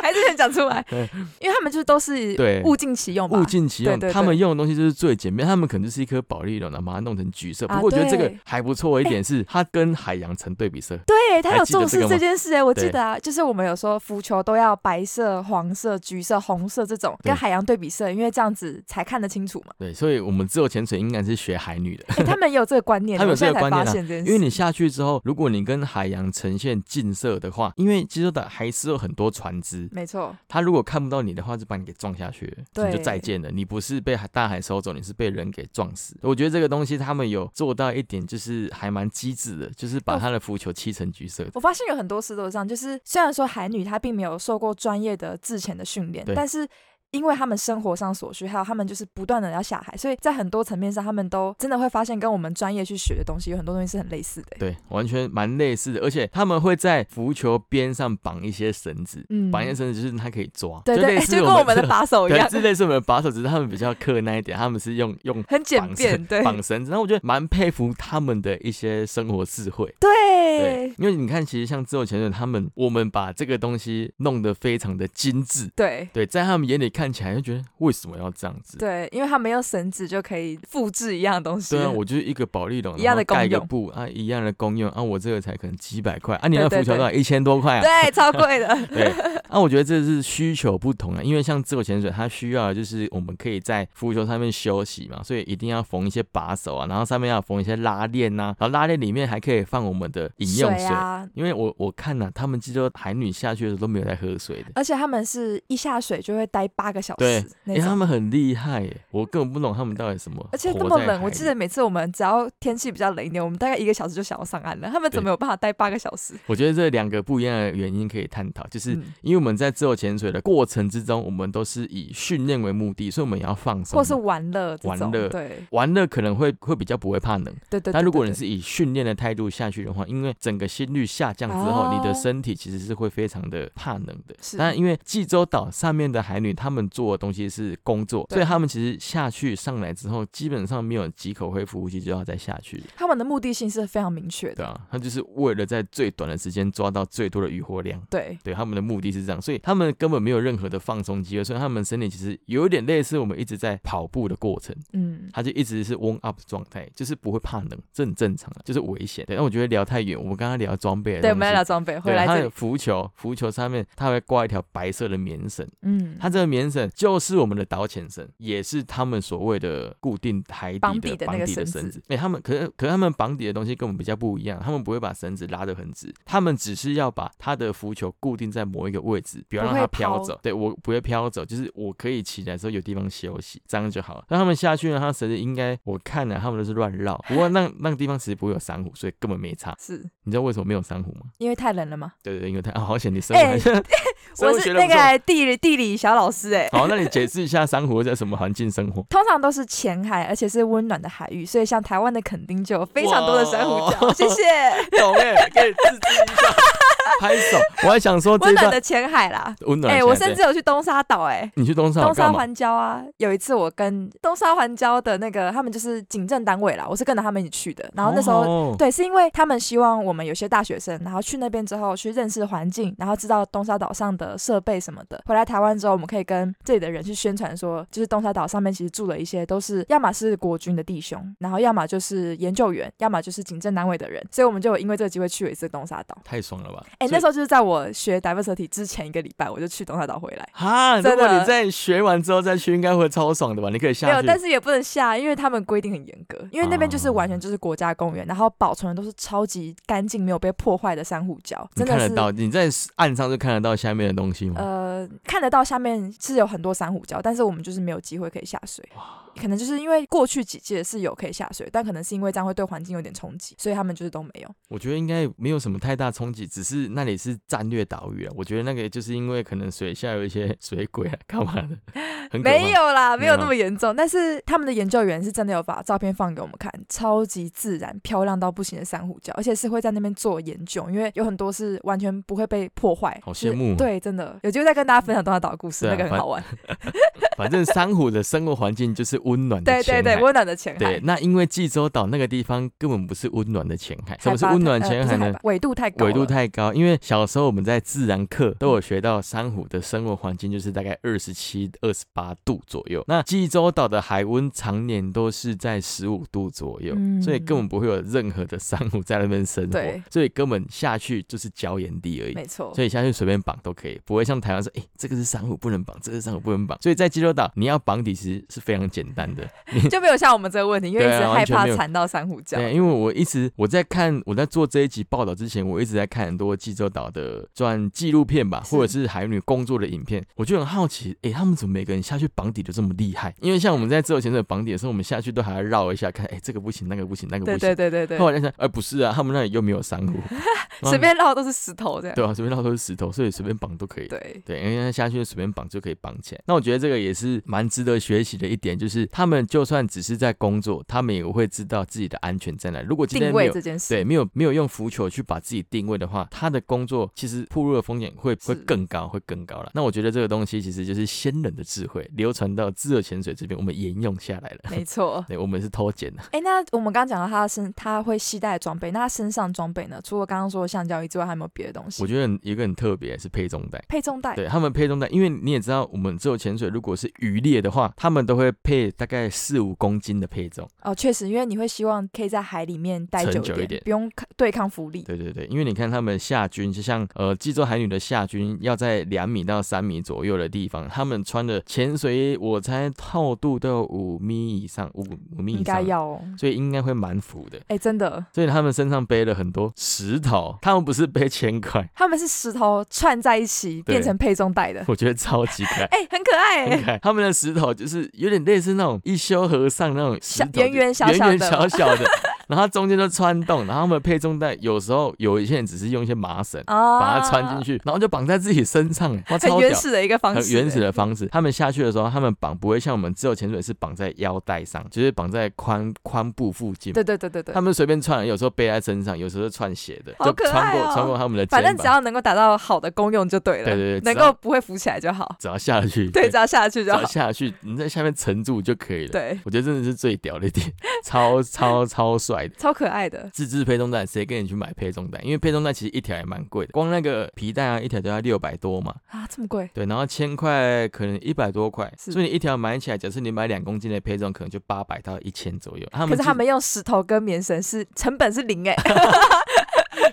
Speaker 2: 还是想讲出来
Speaker 1: 对，
Speaker 2: 因为他们就是都是
Speaker 1: 对
Speaker 2: 物尽其用吧，
Speaker 1: 物尽其用，
Speaker 2: 对对
Speaker 1: 他们
Speaker 2: 对
Speaker 1: 用的东西就是最简便，他们可能就是一颗保利龙，然后把它弄成橘色。不
Speaker 2: 啊
Speaker 1: 过我觉得这个
Speaker 2: 对
Speaker 1: 还不错一点是，它跟海洋成对比色。
Speaker 2: 对他
Speaker 1: 还
Speaker 2: 有
Speaker 1: 记得
Speaker 2: 重
Speaker 1: 这个
Speaker 2: 视这
Speaker 1: 吗
Speaker 2: 件事哎、我
Speaker 1: 对
Speaker 2: 记得啊，就是我们有说浮球都要白色、黄色、橘色、红色这种，跟
Speaker 1: 对
Speaker 2: 海洋对比色，因为这样子才看得清楚 嘛。
Speaker 1: 对，所以我们自由潜水应该是学海 女的，
Speaker 2: 哎、他们也有这个观念，
Speaker 1: 他们有
Speaker 2: 我现
Speaker 1: 这个
Speaker 2: 在
Speaker 1: 观
Speaker 2: 才发
Speaker 1: 念啊
Speaker 2: 现这件事，
Speaker 1: 因为你下去之后，如果你跟海洋呈现近色的话，因为济州岛还是有很多船只，
Speaker 2: 没错，
Speaker 1: 它如果看不到你的话，就把你给撞下去了，你就
Speaker 2: 对
Speaker 1: 再见了。你不是被海大海收走，你是被人给撞死。我觉得这个东西他们有做到一点，就是还蛮机智的，就是把
Speaker 2: 哦
Speaker 1: 它的浮球漆成橘色的。
Speaker 2: 我发现有很多事都是这样，就是虽然说海女她并没有受过专业的之前的训练
Speaker 1: 对，
Speaker 2: 但是。因为他们生活上所需，还有他们就是不断的要下海，所以在很多层面上，他们都真的会发现跟我们专业去学的东西有很多东西是很类似的、
Speaker 1: 对，完全蛮类似的，而且他们会在浮球边上绑一些绳子，
Speaker 2: 嗯
Speaker 1: 绑一些绳子就是它可以抓，
Speaker 2: 对
Speaker 1: 就类
Speaker 2: 对，
Speaker 1: 似
Speaker 2: 就跟我 们的把手一
Speaker 1: 对，
Speaker 2: 样，
Speaker 1: 这类似我们的把手，只是他们比较刻那一点，他们是用用
Speaker 2: 很简
Speaker 1: 绑绳
Speaker 2: 便，对
Speaker 1: 绑绳子，然后我觉得蛮佩服他们的一些生活智慧。
Speaker 2: 对，
Speaker 1: 对
Speaker 2: 对，
Speaker 1: 因为你看，其实像自由潜水，他们我们把这个东西弄得非常的精致，
Speaker 2: 对
Speaker 1: 对，在他们眼里看起来就觉得为什么要这样子？
Speaker 2: 对，因为他没有绳子就可以复制一样东西。
Speaker 1: 对啊，我就是一个保利龙，
Speaker 2: 一样的
Speaker 1: 然后盖一个
Speaker 2: 功
Speaker 1: 布啊，一样的功用啊，我这个才可能几百块啊，你那
Speaker 2: 对
Speaker 1: 浮
Speaker 2: 对
Speaker 1: 球多少？一千多块啊？
Speaker 2: 对，超贵的。
Speaker 1: 对，啊，我觉得这是需求不同啊，因为像自由潜水，它需要的就是我们可以在浮球上面休息嘛，所以一定要缝一些把手啊，然后上面要缝一些拉链呐、然后拉链里面还可以放我们的饮用水。
Speaker 2: 啊，
Speaker 1: 因为我我看呐、他们记得海女下去的时候都没有在喝水的，
Speaker 2: 而且他们是一下水就会待八个小
Speaker 1: 对
Speaker 2: 时
Speaker 1: 哎、
Speaker 2: 那种。
Speaker 1: 他们很厉害耶，我根本不懂他们到底什么。
Speaker 2: 而且那么冷，我记，得每次我们只要天气比较冷一点，我们大概一个小时就想要上岸了。他们怎么有办法待八个小时？
Speaker 1: 我觉得这两个不一样的原因可以探讨，就是
Speaker 2: 嗯
Speaker 1: 因为我们在自由潜水的过程之中，我们都是以训练为目的，所以我们也要放松嘛，
Speaker 2: 或是玩乐这
Speaker 1: 玩
Speaker 2: 种，
Speaker 1: 乐
Speaker 2: 对
Speaker 1: 玩乐可能会会比较不会怕冷，
Speaker 2: 对对。
Speaker 1: 但
Speaker 2: 对
Speaker 1: 如果
Speaker 2: 对
Speaker 1: 你是以训练的态度下去的话，因为整个心率下降之后，
Speaker 2: 哦
Speaker 1: 你的身体其实是会非常的怕冷的。
Speaker 2: 是
Speaker 1: 当然，因为济州岛上面的海女，她们做的东西是工作，
Speaker 2: 对
Speaker 1: 所以她们其实下去上来之后，基本上没有几口恢复呼吸就要再下去了。
Speaker 2: 他们的目的性是非常明确的，
Speaker 1: 对啊，她就是为了在最短的时间抓到最多的渔获量。
Speaker 2: 对
Speaker 1: 对，他们的目的是这样，所以他们根本没有任何的放松机会，所以他们身体其实有一点类似我们一直在跑步的过程。
Speaker 2: 嗯，
Speaker 1: 他就一直是 warm up 状态，就是不会怕冷，这很正常啊，就是危险。对，那我觉得聊太远，我们刚刚聊装备的东西，
Speaker 2: 对，我们来聊装备，回
Speaker 1: 对
Speaker 2: 来
Speaker 1: 它
Speaker 2: 这
Speaker 1: 的
Speaker 2: 里，
Speaker 1: 浮球，浮球上面它会挂一条白色的棉绳，
Speaker 2: 嗯，
Speaker 1: 它这个棉绳就是我们的导潜绳，也是他们所谓的固定海
Speaker 2: 绑
Speaker 1: 底
Speaker 2: 底
Speaker 1: 的
Speaker 2: 的
Speaker 1: 绑
Speaker 2: 那个
Speaker 1: 底的
Speaker 2: 绳
Speaker 1: 绳
Speaker 2: 子
Speaker 1: 子。哎、他们可是可是他们绑底的东西跟我们比较不一样，他们不会把绳子拉得很直，他们只是要把它的浮球固定在某一个位置，不要
Speaker 2: 不
Speaker 1: 让
Speaker 2: 会
Speaker 1: 它飘
Speaker 2: 抛
Speaker 1: 走。对我不会飘走，就是我可以起来的时候有地方休息，这样就好了。让他们下去呢，它绳子应该我看了、他们都是乱绕，不过那那个地方其实不会有珊瑚，所以根本没差。
Speaker 2: 是
Speaker 1: 你知道为什么没有珊瑚吗？
Speaker 2: 因为太冷了吗？
Speaker 1: 对对，因为它、啊、好险你生 物还生物
Speaker 2: 我
Speaker 1: 学
Speaker 2: 是
Speaker 1: 得不
Speaker 2: 那
Speaker 1: 错
Speaker 2: 个地理地理小老师哎、
Speaker 1: 好，那你解释一下珊瑚在什么环境生活？
Speaker 2: 通常都是浅海，而且是温暖的海域，所以像台湾的垦丁就有非常多的珊瑚
Speaker 1: 哇
Speaker 2: 礁。谢谢，
Speaker 1: 懂哎、可以自制一下，拍手。我还想说这
Speaker 2: 温
Speaker 1: 一
Speaker 2: 暖
Speaker 1: 段
Speaker 2: 的浅海啦。
Speaker 1: 温暖
Speaker 2: 哎、
Speaker 1: 起来
Speaker 2: 我
Speaker 1: 对
Speaker 2: 甚至有去东沙岛哎、
Speaker 1: 你去东沙岛
Speaker 2: 东沙
Speaker 1: 干嘛？
Speaker 2: 环礁啊，有一次我跟东沙环礁的那个他们就是警政单位啦，我是跟着他们一起去的。然后那时候、
Speaker 1: 哦
Speaker 2: 对，是因为他们希望我们有些大学生，然后去那边之后去认识环境，然后知道东沙岛上的设备什么的。回来台湾之后，我们可以跟这里的人去宣传说，就是东沙岛上面其实住了一些都是要么是国军的弟兄，然后要么就是研究员，要么就是警政单位的人。所以我们就有因为这个机会去了一次东沙岛。
Speaker 1: 太爽了吧！
Speaker 2: 哎、那时
Speaker 1: 候
Speaker 2: 候就是在我学 diversity 之前一个礼拜，我就去东沙岛回来。
Speaker 1: 哈，如
Speaker 2: 真的
Speaker 1: 果你在学完之后再去，应该会超爽的吧？你可以
Speaker 2: 没
Speaker 1: 下
Speaker 2: 有，
Speaker 1: 去。
Speaker 2: 但是也不能下，因为他们规定很严格，因为那边就是完全就是国家公园，然后保存的都是超级干净、没有被破坏的珊瑚礁，
Speaker 1: 你
Speaker 2: 真的
Speaker 1: 看
Speaker 2: 是
Speaker 1: 得到，你在岸上就看得到下面的东西吗？
Speaker 2: 呃看得到下面是有很多珊瑚礁，但是我们就是没有机会可以下水。可能就是因为过去几届是有可以下水，但可能是因为这样会对环境有点冲击，所以他们就是都没有。
Speaker 1: 我觉得应该没有什么太大冲击，只是那里是战略岛屿啊。我觉得那个就是因为可能水下有一些 水鬼啊，干嘛的，很可怕
Speaker 2: 没。有啦，没
Speaker 1: 没
Speaker 2: 有
Speaker 1: 有
Speaker 2: 那么严重。但是他们的研究员是真的有把照片放给我们看，超级自然、漂亮到不行的珊瑚礁，而且是会在那边做研究，因为有很多是完全不会被破坏。
Speaker 1: 好羡慕哦
Speaker 2: 就是对，真的有机会再跟大家分享东沙岛的故事，
Speaker 1: 对啊
Speaker 2: 那个很好 玩。
Speaker 1: 反正珊瑚的生活环境就是温暖的
Speaker 2: 对
Speaker 1: 浅海。
Speaker 2: 对 对，温暖的浅
Speaker 1: 对
Speaker 2: 海，，
Speaker 1: 那因为济州岛那个地方根本不是温暖的浅海，什么是
Speaker 2: 海拔
Speaker 1: 温暖
Speaker 2: 太
Speaker 1: 浅
Speaker 2: 呃不
Speaker 1: 海
Speaker 2: 是
Speaker 1: 呢
Speaker 2: 海拔？纬度太高了，嗯
Speaker 1: 纬度太高，因为小时候我们在自然课都有学到，珊瑚的生活环境就是大概二十七、二十八度左右。那济州岛的海温常年都是在十五度左右，
Speaker 2: 嗯
Speaker 1: 所以根本不会有任何的珊瑚在那边生活
Speaker 2: 对，
Speaker 1: 所以根本下去就是礁岩地而已。
Speaker 2: 没错。
Speaker 1: 所以下去随便绑都可以，不会像台湾说，哎、这个是珊瑚不能绑，这个是珊瑚不能绑。所以在济州岛，你要绑底其实是非常简单的，
Speaker 2: 就没有像我们这个问题，因为一
Speaker 1: 对啊
Speaker 2: 直
Speaker 1: 完
Speaker 2: 害
Speaker 1: 全
Speaker 2: 怕
Speaker 1: 没有
Speaker 2: 缠到珊瑚礁。
Speaker 1: 对，因为我一直我在看我在做这一集报道之前，我一直在看很多济州岛的算纪录片吧，
Speaker 2: 是
Speaker 1: 或者是海女工作的影片，我就很好奇，诶，他们怎么每个人下去绑底都这么厉害？因为像我们在自由潜水绑底的时候，我们下去都还要绕一下看，诶，这个不行，那个不行，那个不
Speaker 2: 对
Speaker 1: 行。
Speaker 2: 对对对对，，
Speaker 1: 后来嗯在想，呃，不是啊，他们那里又没有珊瑚
Speaker 2: 随便绕都是石头这样。
Speaker 1: 对啊，随便绕都是石头，所以随便绑都可以。
Speaker 2: 对，
Speaker 1: 对，因为它下去随便绑就可以绑起来。那我觉得这个也是蛮值得学习的一点，就是是他们就算只是在工作，他们也会知道自己的安全在哪。如果今
Speaker 2: 定
Speaker 1: 天没
Speaker 2: 位
Speaker 1: 有
Speaker 2: 这件事，
Speaker 1: 对没有没有用浮球去把自己定位的话，他的工作其实铺路的风险会会
Speaker 2: 是
Speaker 1: 更高，会更高了。那我觉得这个东西其实就是先人的智慧流传到自由潜水这边，我们沿用下来了。
Speaker 2: 没 错。
Speaker 1: 对，我们是偷捡的。
Speaker 2: 哎、那我们刚刚讲到他的身，他会携带的装备，那他身上装备呢？除了刚刚说的橡胶衣之外，还有没有别的东西
Speaker 1: 我？觉得一个很特别是配重带。
Speaker 2: 配重带，
Speaker 1: 对他们配重带，因为你也知道，我们自由潜水如果是渔猎的话，他们都会配大概四五公斤的配重。
Speaker 2: 哦，确实，因为你会希望可以在海里面待
Speaker 1: 沉
Speaker 2: 久
Speaker 1: 久一点
Speaker 2: 不用抗对抗浮力。
Speaker 1: 对对对，因为你看他们夏军，就像呃济州海女的夏军，要在两米到三米左右的地方，他们穿的潜水衣，我猜厚度都有五米以上，五五米
Speaker 2: 应
Speaker 1: 以
Speaker 2: 该
Speaker 1: 上，
Speaker 2: 要哦。
Speaker 1: 所以应该会蛮浮的。
Speaker 2: 哎、真的，
Speaker 1: 所以他们身上背了很多石头，他们不是背铅块，
Speaker 2: 他们是石头串在一起
Speaker 1: 对
Speaker 2: 变成配重带的，
Speaker 1: 我觉得超级 可爱。
Speaker 2: 哎、很可爱、
Speaker 1: 很
Speaker 2: 哎，
Speaker 1: 可爱。 他们的石头就是有点类似那种一休和尚那种石头
Speaker 2: 小圆圆小
Speaker 1: 圆
Speaker 2: 小的
Speaker 1: 圆小小 的，然后它中间就穿洞，然后他们配重带有时候有一些人只是用一些麻绳
Speaker 2: 啊，
Speaker 1: 把它穿进去，然后就绑在自己身上，哎哇，
Speaker 2: 很
Speaker 1: 超屌
Speaker 2: 原。始的一个方
Speaker 1: 很
Speaker 2: 式、
Speaker 1: 原始
Speaker 2: 哎
Speaker 1: 的方式，他们下去的时候，他们绑不会像我们自由潜水是绑在腰带上，就是绑在髋髋部附近。
Speaker 2: 对对对对对
Speaker 1: 他，们随便穿，有时候背在身上，有时候穿鞋的，
Speaker 2: 好
Speaker 1: 就
Speaker 2: 可
Speaker 1: 穿
Speaker 2: 爱
Speaker 1: 过
Speaker 2: 哦
Speaker 1: 穿过他们的肩
Speaker 2: 反
Speaker 1: 膀，
Speaker 2: 正只要能够达到好的功用就对了，
Speaker 1: 对对对只
Speaker 2: 能
Speaker 1: 要
Speaker 2: 够不会浮起来就好，
Speaker 1: 只要下去，
Speaker 2: 对，只要下去
Speaker 1: 只
Speaker 2: 就好
Speaker 1: 要，下去，你在下面沉住就可以了。
Speaker 2: 对，
Speaker 1: 我觉得真的是最屌的一点，超超超帅的。
Speaker 2: 超可爱的，
Speaker 1: 自制配重带，谁跟你去买配重带？因为配重带其实一条也蛮贵的，光那个皮带啊，一条就要六百多嘛。
Speaker 2: 啊，这么贵，
Speaker 1: 对，然后千块可能一百多块，
Speaker 2: 是
Speaker 1: 所以你一条买起来，假设你买两公斤的配重，可能就八百到一千左右。他
Speaker 2: 可
Speaker 1: 们
Speaker 2: 是
Speaker 1: 就
Speaker 2: 他们用石头跟棉绳是成本是零哎、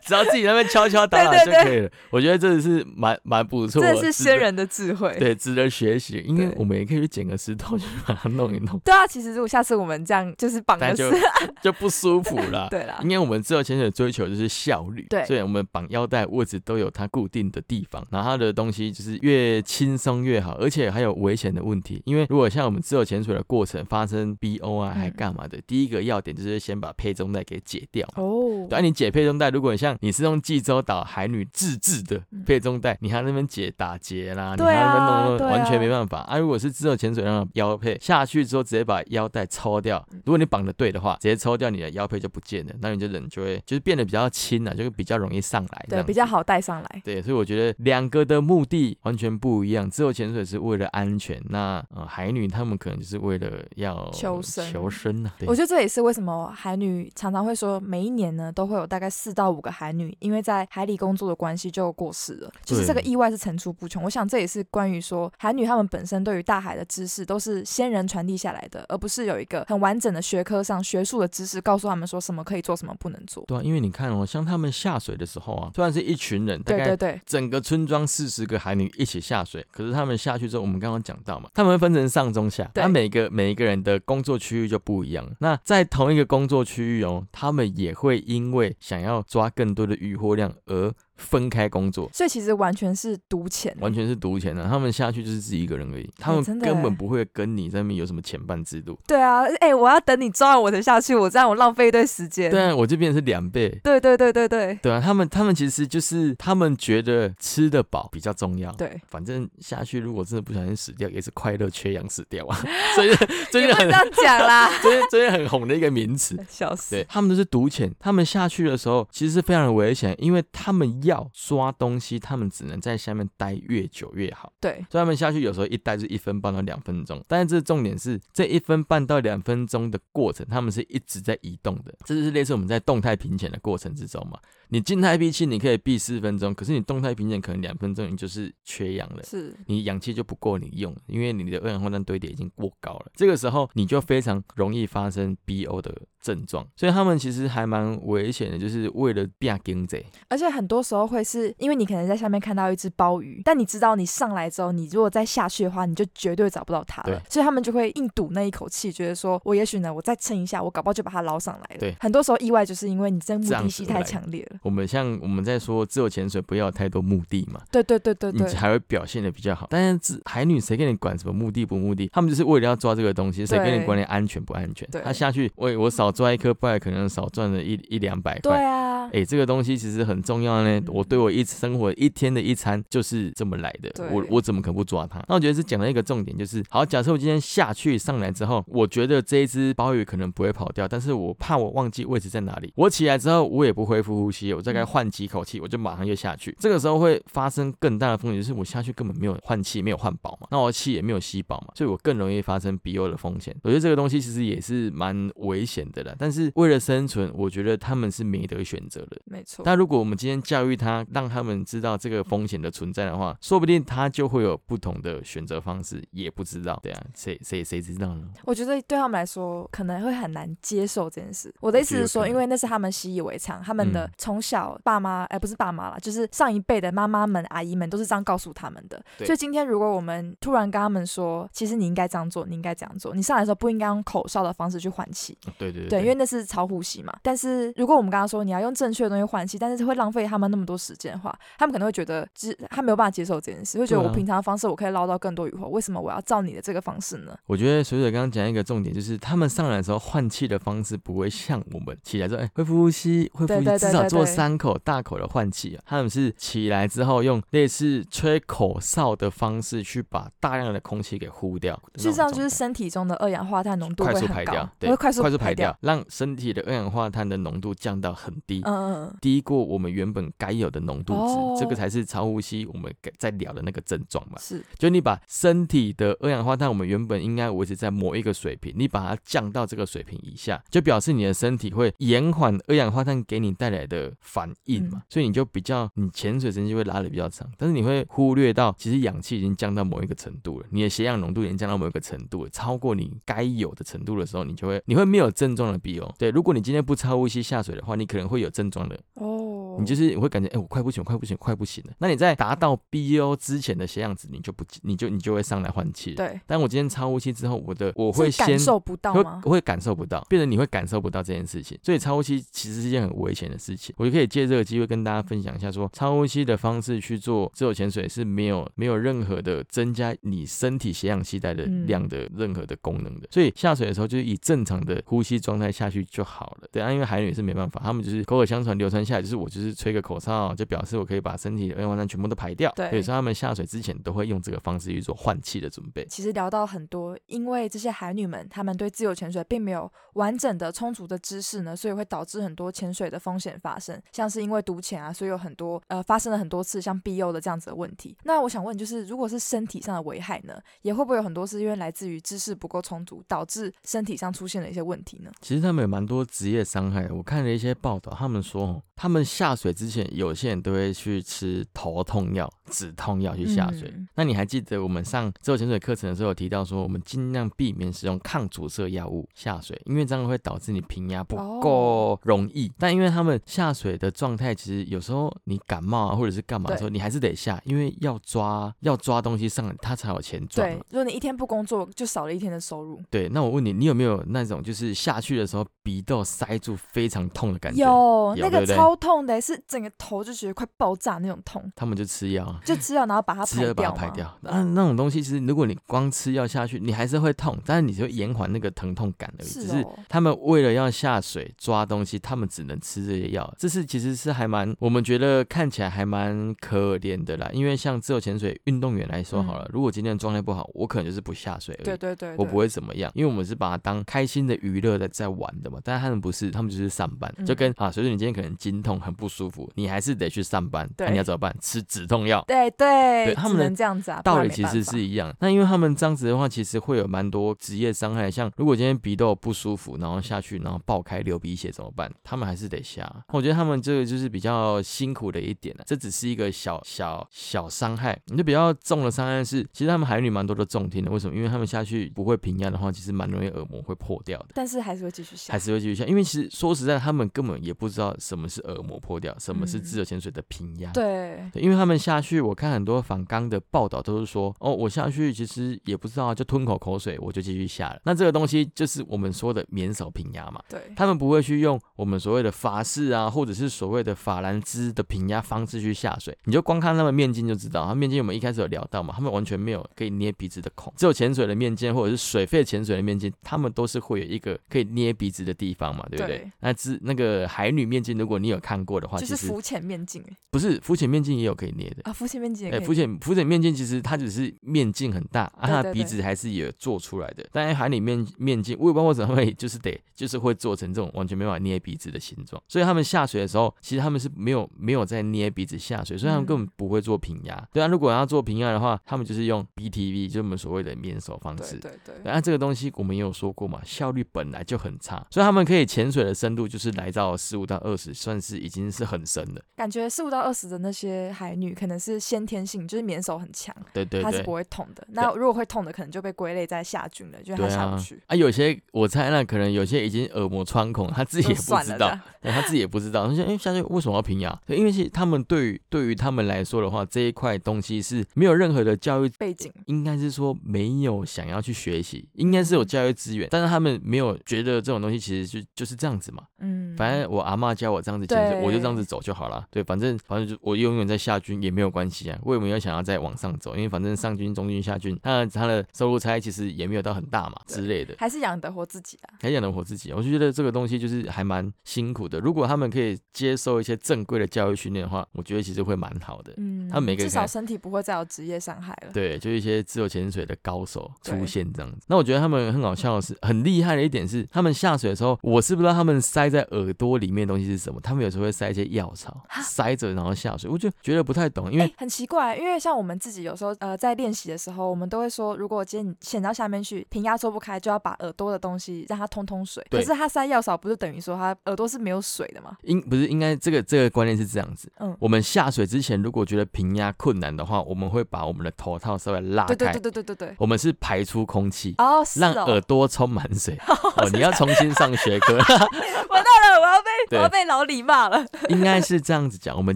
Speaker 1: 只要自己在那边敲敲打打就
Speaker 2: 对对对
Speaker 1: 可以了。我觉得这是蛮蛮不错的，
Speaker 2: 真的是
Speaker 1: 值得
Speaker 2: 先。人的智慧。
Speaker 1: 对，值得学习，因为
Speaker 2: 对
Speaker 1: 我们也可以去捡个石头去 把它弄一弄，
Speaker 2: 对啊，其实如果下次我们这样就是绑
Speaker 1: 但
Speaker 2: 的，
Speaker 1: 就是 就不舒服啦。
Speaker 2: 对啦，
Speaker 1: 因为我们自由潜水追求就是效率，
Speaker 2: 对
Speaker 1: 所以我们绑腰带、位置都有它固定的地方，然后它的东西就是越轻松越好，而且还有危险的问题，因为如果像我们自由潜水的过程发生 BO 啊，
Speaker 2: 嗯
Speaker 1: 还干嘛的，第一个要点就是先把配重带给解掉。
Speaker 2: 哦
Speaker 1: 对，啊、你解配重带，如果像你是用济州岛海女自制的
Speaker 2: 嗯
Speaker 1: 配重带，你还在那边解打结啦，你
Speaker 2: 对啊
Speaker 1: 还在那边弄弄弄，
Speaker 2: 对啊
Speaker 1: 完全没办法啊！如果是自由潜水那种腰配下去之后，直接把腰带抽掉，
Speaker 2: 嗯
Speaker 1: 如果你绑的对的话，直接抽掉你的腰配就不见了，那你就人就会就是变得比较轻了，就是比较容易上来，这
Speaker 2: 对，
Speaker 1: 样
Speaker 2: 比
Speaker 1: 子
Speaker 2: 较。好带上来。
Speaker 1: 对，所以我觉得两个的目的完全不一样。自由潜水是为了安全，那呃海女她们可能就是为了要
Speaker 2: 求生
Speaker 1: 求生啊。对
Speaker 2: 我觉得这也是为什么海女常常会说，每一年呢都会有大概四到五个海女，因为在海里工作的关系就过世了，就是这个意外是层出不穷。我想这也是关于说海女她们本身对于大海的知识都是先人传递下来的，而不是有一个很完整的学科上学术的知识告诉他们说什么可以做，什么不能做。
Speaker 1: 对啊，因为你看哦，像他们下水的时候啊，虽然是一群人，大
Speaker 2: 对
Speaker 1: 概
Speaker 2: 对对，
Speaker 1: 整个村庄四十个海女一起下水，可是他们下去之后，我们刚刚讲到嘛，他们会分成上中下，
Speaker 2: 对
Speaker 1: 那每个每一个人的工作区域就不一样。那在同一个工作区域哦，他们也会因为想要抓更多的渔获量而分开工作。
Speaker 2: 所以其实完全是赌钱，
Speaker 1: 完全是独钱啊的、他们下去就是自己一个人而已，他
Speaker 2: 哎
Speaker 1: 们
Speaker 2: 真的
Speaker 1: 根本
Speaker 2: 哎
Speaker 1: 不会跟你在那边有什么前伴制度。
Speaker 2: 对啊，哎、我要等你抓完我才下去，我这样我浪费一堆时间。
Speaker 1: 对啊，我这边是两倍，
Speaker 2: 对对对对对
Speaker 1: 对啊，他们他们其实就是他们觉得吃得饱比较重要，
Speaker 2: 对，
Speaker 1: 反正下去如果真的不小心死掉，也是快乐缺氧死掉 啊。最近最
Speaker 2: 也
Speaker 1: 近
Speaker 2: 不能
Speaker 1: 很
Speaker 2: 这样 讲啦，
Speaker 1: 最近最近很红的一个名 词。
Speaker 2: 笑死。
Speaker 1: 对他们都是独潜，他们下去的时候其实是非常的危险，因为他们要抓东西，他们只能在下面待越久越好。
Speaker 2: 对
Speaker 1: 所以他们下去有时候一待就是一分半到两分钟，但是这重点是这一分半到两分钟的过程，他们是一直在移动的，这就是类似我们在动态平潜的过程之中嘛。你静态闭气你可以闭四分钟，可是你动态平潜可能两分钟你就是缺氧了。
Speaker 2: 是
Speaker 1: 你氧气就不够你用，因为你的二氧化碳堆叠已经过高了。这个时候你就非常容易发生 BO 的症状，所以他们其实还蛮危险的，就是为了变经济。
Speaker 2: 而且很多时候会是因为你可能在下面看到一只鲍鱼，但你知道你上来之后，你如果再下去的话，你就绝对找不到它
Speaker 1: 对。
Speaker 2: 了所以他们就会硬赌那一口气，觉得说我也许呢，我再撑一下，我搞不好就把它捞上来了。
Speaker 1: 对
Speaker 2: 很多时候意外就是因为你这目
Speaker 1: 这样
Speaker 2: 的
Speaker 1: 子
Speaker 2: 性
Speaker 1: 而来
Speaker 2: 太
Speaker 1: 的
Speaker 2: 强烈了。
Speaker 1: 我们像我们在说自由潜水，不要有太多目的嘛，
Speaker 2: 对对对呃对
Speaker 1: 你
Speaker 2: 对，
Speaker 1: 才会表现的比较好。但是自海女谁跟你管什么目的不目的？他们就是为了要抓这个东西，谁
Speaker 2: 对
Speaker 1: 跟你管你安全不安全？
Speaker 2: 对
Speaker 1: 他下去，我我少少抓一颗不然可能少赚了一一两百
Speaker 2: 对
Speaker 1: 块。
Speaker 2: 啊，
Speaker 1: 哎、这个东西其实很重要呢
Speaker 2: 嗯。
Speaker 1: 我对我一生活一天的一餐就是这么来的
Speaker 2: 对，
Speaker 1: 我我怎么可能不抓它？那我觉得是讲了一个重点，就是好，假设我今天下去上来之后，我觉得这一只鲍鱼可能不会跑掉，但是我怕我忘记位置在哪里。我起来之后，我也不恢复呼吸，我大概
Speaker 2: 嗯
Speaker 1: 换几口气，我就马上又下去。这个时候会发生更大的风险，就是我下去根本没有换气，没有换饱嘛，那我气也没有吸饱嘛，所以我更容易发生 BO 的风险。我觉得这个东西其实也是蛮危险的啦，但是为了生存，我觉得他们是没得选择的。
Speaker 2: 没错。
Speaker 1: 但如果我们今天教育他，让他们知道这个风险的存在的话，说不定他就会有不同的选择方式，也不知道。对啊，谁谁谁知道呢？
Speaker 2: 我觉得对他们来说可能会很难接受这件事。我的意思是
Speaker 1: 我
Speaker 2: 说，
Speaker 1: 觉得可能
Speaker 2: 因为那是他们习以为常，他们的
Speaker 1: 嗯
Speaker 2: 从小爸妈，哎、不是爸妈啦，就是上一辈的妈妈们、阿姨们都是这样告诉他们的。
Speaker 1: 对
Speaker 2: 所以今天如果我们突然跟他们说，其实你应该这样做，你应该这样做，你上来的时候不应该用口哨的方式去换气，
Speaker 1: 对对
Speaker 2: 对，因为那是超呼吸嘛。但是如果我们刚刚说你要用正确的东西换气，但是会浪费他们那么多时间的话，他们可能会觉得，只他没有办法接受这件事，会觉得
Speaker 1: 对啊
Speaker 2: 我平常的方式我可以捞到更多鱼获，为什么我要照你的这个方式呢？
Speaker 1: 我觉得水水刚刚讲一个重点，就是他们上来的时候换气的方式不会像我们起来之后，哎、恢复呼吸，恢复呼
Speaker 2: 对对
Speaker 1: 吸，至
Speaker 2: 对
Speaker 1: 少
Speaker 2: 对
Speaker 1: 做
Speaker 2: 对
Speaker 1: 三口大口的换气啊。他们是起来之后用类似吹口哨的方式去把大量的空气给呼掉，
Speaker 2: 事实上，就是
Speaker 1: 那种状态
Speaker 2: 身体中的二氧化碳浓度
Speaker 1: 快
Speaker 2: 会
Speaker 1: 速
Speaker 2: 很
Speaker 1: 排
Speaker 2: 高
Speaker 1: 掉，，
Speaker 2: 会
Speaker 1: 对，
Speaker 2: 快速
Speaker 1: 快速
Speaker 2: 排
Speaker 1: 排。让身体的二氧化碳的浓度降到很低。
Speaker 2: 嗯嗯，嗯
Speaker 1: 低过我们原本该有的浓度值，
Speaker 2: 哦
Speaker 1: 这个才是超呼吸我们该在聊的那个症状嘛。
Speaker 2: 是
Speaker 1: 就你把身体的二氧化碳，我们原本应该维持在某一个水平，你把它降到这个水平以下，就表示你的身体会延缓二氧化碳给你带来的反应嘛，
Speaker 2: 嗯
Speaker 1: 所以你就比较你潜水时间就会拉的比较长，但是你会忽略到其实氧气已经降到某一个程度了，你的血氧浓度已经降到某一个程度了，超过你该有的程度的时候，你就会你会没有症状的 BO。对，如果你今天不超呼吸下水的话，你可能会有症状的
Speaker 2: 哦，
Speaker 1: 你就是会感觉，哎、我快不行，我快不行，我快不行了。那你在达到 BO 之前的血氧值，你就不，你就你就会上来换气。。
Speaker 2: 对，
Speaker 1: 但我今天超呼吸之后，我的我
Speaker 2: 是
Speaker 1: 会先
Speaker 2: 感受不到
Speaker 1: 会
Speaker 2: 吗？
Speaker 1: 会感受不到，变成你会感受不到这件事情。所以超呼吸其实是一件很危险的事情。我就可以借这个机会跟大家分享一下说超呼吸的方式去做自由潜水是没有没有任何的增加你身体血氧系带的
Speaker 2: 嗯
Speaker 1: 量的任何的功能的。所以下水的时候就是以正常的呼吸状态下去就好了。对啊，因为海女是没办法，他们就是口口相传流传下来，就是我就是吹个口哨，就表示我可以把身体的二氧化碳全部都排掉。
Speaker 2: 对
Speaker 1: 所以他们下水之前都会用这个方式去做换气的准备。
Speaker 2: 其实聊到很多，因为这些海女们她们对自由潜水并没有完整的、充足的知识呢，所以会导致很多潜水的风险发生，像是因为毒潜啊，所以有很多呃发生了很多次像 BO 的这样子的问题。那我想问，就是如果是身体上的危害呢，也会不会有很多是因为来自于知识不够充足，导致身体上出现了一些问题呢？
Speaker 1: 其实他们有蛮多职业伤害的。我看了一些报道，他们说哦，他们下水之前，有些人都会去吃头痛药、止痛药去下水。
Speaker 2: 嗯
Speaker 1: 那你还记得我们上自由潜水课程的时候有提到说，我们尽量避免使用抗阻塞药物下水，因为这样会导致你平压不够
Speaker 2: 哦
Speaker 1: 容易。但因为他们下水的状态，其实有时候你感冒啊，或者是干嘛的时候，你还是得下，因为要抓要抓东西上来，它才有钱赚
Speaker 2: 对
Speaker 1: 嘛。，
Speaker 2: 如果你一天不工作，就少了一天的收入。
Speaker 1: 对，那我问你，你有没有那种就是下去的时候鼻窦塞住非常痛的感觉？，
Speaker 2: 有
Speaker 1: 有
Speaker 2: 那个
Speaker 1: 对不对
Speaker 2: 超痛的，是整个头就觉得快爆炸那种痛，
Speaker 1: 他们就吃药啊，
Speaker 2: 就吃药然后把它
Speaker 1: 吃
Speaker 2: 排
Speaker 1: 药把它
Speaker 2: 掉
Speaker 1: 排
Speaker 2: 吗
Speaker 1: 掉。那那种东西，其实如果你光吃药下去，你还是会痛，但是你就会延缓那个疼痛感而已。
Speaker 2: 是
Speaker 1: 只是
Speaker 2: 哦
Speaker 1: 他们为了要下水抓东西，他们只能吃这些药。这是其实是还蛮，我们觉得看起来还蛮可怜的啦。因为像自由潜水运动员来
Speaker 2: 嗯
Speaker 1: 说好了，如果今天状态不好，我可能就是不下水而已。
Speaker 2: 对对对，
Speaker 1: 我
Speaker 2: 对
Speaker 1: 不会怎么样，因为我们是把它当开心的娱乐在在玩的嘛。但是他们不是，他们就是上班，
Speaker 2: 嗯
Speaker 1: 就跟啊，所以你今天可能经痛很不舒服，你还是得去上班，那、
Speaker 2: 对
Speaker 1: 你要怎么办？吃止痛药。
Speaker 2: 对对，
Speaker 1: 对他
Speaker 2: 只
Speaker 1: 们的
Speaker 2: 能这样子啊，不
Speaker 1: 道
Speaker 2: 然
Speaker 1: 理
Speaker 2: 没
Speaker 1: 其
Speaker 2: 办
Speaker 1: 实
Speaker 2: 法
Speaker 1: 是一样，那因为他们这样子的话，其实会有蛮多职业伤害。像如果今天鼻窦不舒服，然后下去，然后爆开流鼻血怎么办？他们还是得下。啊我觉得他们这个就是比较辛苦的一点啊了、这只是一个小小小伤害，你就比较重的伤害是，其实他们海女蛮多都重听的。为什么？因为他们下去不会平压的话，其实蛮容易耳膜会破掉的。
Speaker 2: 但是还是会继续下
Speaker 1: 还。是会继续下，因为其实说实在，他们根本也不知道什么是耳膜破脱掉，什么
Speaker 2: 嗯
Speaker 1: 是自由潜水的平压。
Speaker 2: 对，
Speaker 1: 对，因为他们下去，我看很多反刚的报道都是说，哦，我下去其实也不知道啊，就吞口口水，我就继续下了。那这个东西就是我们说的免手平压嘛，
Speaker 2: 对，
Speaker 1: 他们不会去用我们所谓的法式啊，或者是所谓的法兰兹的平压方式去下水。你就光看他们面镜就知道，他们面镜我们一开始有聊到嘛，他们完全没有可以捏鼻子的孔，只有潜水的面镜或者是水肺潜水的面镜，他们都是会有一个可以捏鼻子的地方嘛，对不对？
Speaker 2: 对
Speaker 1: 那只那个海女面镜，如果你有看过的话，
Speaker 2: 就
Speaker 1: 其
Speaker 2: 是
Speaker 1: 实
Speaker 2: 浮潜面镜哎
Speaker 1: 不是浮潜面镜也有可以捏的。
Speaker 2: 啊，浮潜面镜也
Speaker 1: 哎、
Speaker 2: 可以
Speaker 1: 浮潜浮潜面镜其实它只是面镜很大，啊，
Speaker 2: 对
Speaker 1: 它
Speaker 2: 对
Speaker 1: 的
Speaker 2: 对
Speaker 1: 鼻子还是有做出来的。但是海里面面镜，我也不知道为什么会就是得就是会做成这种完全没办法捏鼻子的形状。所以他们下水的时候，其实他们是没有没有在捏鼻子下水，所以他们
Speaker 2: 嗯
Speaker 1: 根本不会做平压。对啊，如果要做平压的话，他们就是用 BTV，就是我们所谓的免手方式
Speaker 2: 对。对对，
Speaker 1: 那、啊、这个东西我们也有说过嘛，效率本来就很差，所以他们可以潜水的深度就是来到十五到二十，算是已经是很深了。
Speaker 2: 感觉十五到二十的那些海女可能是先天性，就是免手很强，
Speaker 1: 对对
Speaker 2: 她是
Speaker 1: 对
Speaker 2: 不。会痛的。那如果会痛的，可能就被归类在下菌了，就是她
Speaker 1: 对
Speaker 2: 下
Speaker 1: 啊
Speaker 2: 不去。
Speaker 1: 啊，有些我猜那可能有些已经耳膜穿孔，他自己
Speaker 2: 就
Speaker 1: 也不
Speaker 2: 嗯算
Speaker 1: 知
Speaker 2: 了
Speaker 1: 道
Speaker 2: 的，，
Speaker 1: 对他自己也不知道。他说：“哎、下去为什么要平牙？”对因为其实他们对于对于他们来说的话，这一块东西是没有任何的教育，
Speaker 2: 背景
Speaker 1: 应该是说没有想要去学习，应该是
Speaker 2: 嗯
Speaker 1: 有教育资源，但是他们没有觉得这种东西其实就就是这样子嘛。
Speaker 2: 嗯，
Speaker 1: 反正我阿嬷教我这样子潜水，
Speaker 2: 对
Speaker 1: 我就这样子走就好了。对，反正反正就我永远在下军也没有关系啊。为什么要想要再往上走？因为反正上军、中军、下军，他他的收入差异其实也没有到很大嘛之类的。
Speaker 2: 还是养得活自己啊。
Speaker 1: 还养得活自己，我就觉得这个东西就是还蛮辛苦的。如果他们可以接受一些正规的教育训练的话，我觉得其实会蛮好的。
Speaker 2: 嗯，
Speaker 1: 他每个
Speaker 2: 至
Speaker 1: 人
Speaker 2: 少身体不会再有职业伤害 了。
Speaker 1: 对，就一些自由潜水的高手出
Speaker 2: 对
Speaker 1: 现这样子。那我觉得他们很好笑的是，很厉害的一点是，他们下水的时候，我是不知道他们塞在耳朵里面的东西是什么。他们有时候会塞一些药草，塞着然后下水，我就觉得不太懂，因为、
Speaker 2: 哎、很奇怪，因为像我们自己有时候呃在练习的时候，我们都会说，如果今天你潜到下面去，平压做不开，就要把耳朵的东西让它通通水。可
Speaker 1: 对
Speaker 2: 是它塞药勺，不是等于说它耳朵是没有水的吗？
Speaker 1: 应不是应该这个这个观念是这样子。
Speaker 2: 嗯，
Speaker 1: 我们下水之前，如果觉得平压困难的话，我们会把我们的头套稍微拉开，
Speaker 2: 对对对对对对对。
Speaker 1: 我们是排出空气。
Speaker 2: 哦，是
Speaker 1: 让
Speaker 2: 哦，啊
Speaker 1: 耳朵充满 水哦，你要重新上学科，
Speaker 2: 完蛋了，我要被我
Speaker 1: 对
Speaker 2: 要被老李骂了。
Speaker 1: 应该是这样子讲。我们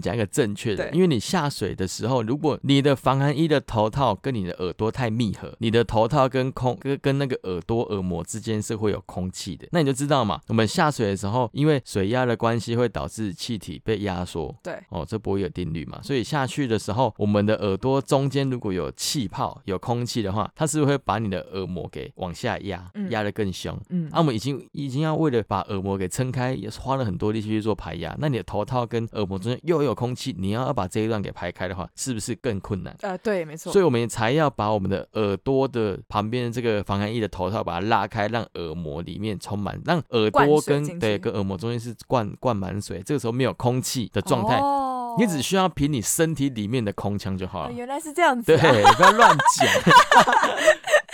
Speaker 1: 讲一个正确的，
Speaker 2: 对
Speaker 1: 因为你下水的时候，如果你的防寒衣的头套跟你的耳朵太密合，你的头套跟空跟跟那个耳朵耳膜之间是会有空气的，那你就知道嘛。我们下水的时候，因为水压的关系，会导致气体被压缩。
Speaker 2: 对，
Speaker 1: 哦，这波有定律嘛，所以下去的时候，我们的耳朵中间如果有气泡、有空气的话，它是不是会把你的耳膜给往下压
Speaker 2: 嗯，
Speaker 1: 压得更凶？
Speaker 2: 嗯
Speaker 1: 啊，我们已经已经要为了把耳膜给撑开，也是花了很多力气去做排压。那你的头套跟耳膜中间又有空气，你要要把这一段给排开的话，是不是更困难？
Speaker 2: 呃，对，没错
Speaker 1: 所。以我们才要把我们的耳朵的旁边的这个防寒衣的头套把它拉开，让耳膜里面充满，让耳
Speaker 2: 灌
Speaker 1: 朵
Speaker 2: 水
Speaker 1: 跟
Speaker 2: 进
Speaker 1: 对
Speaker 2: 去
Speaker 1: 跟耳膜中间是灌灌满水，这个时候没有空气的状态，
Speaker 2: 哦
Speaker 1: 你只需要凭你身体里面的空腔就好
Speaker 2: 哦
Speaker 1: 了。
Speaker 2: 原来是这样子
Speaker 1: 对，
Speaker 2: 啊。
Speaker 1: 不要乱讲。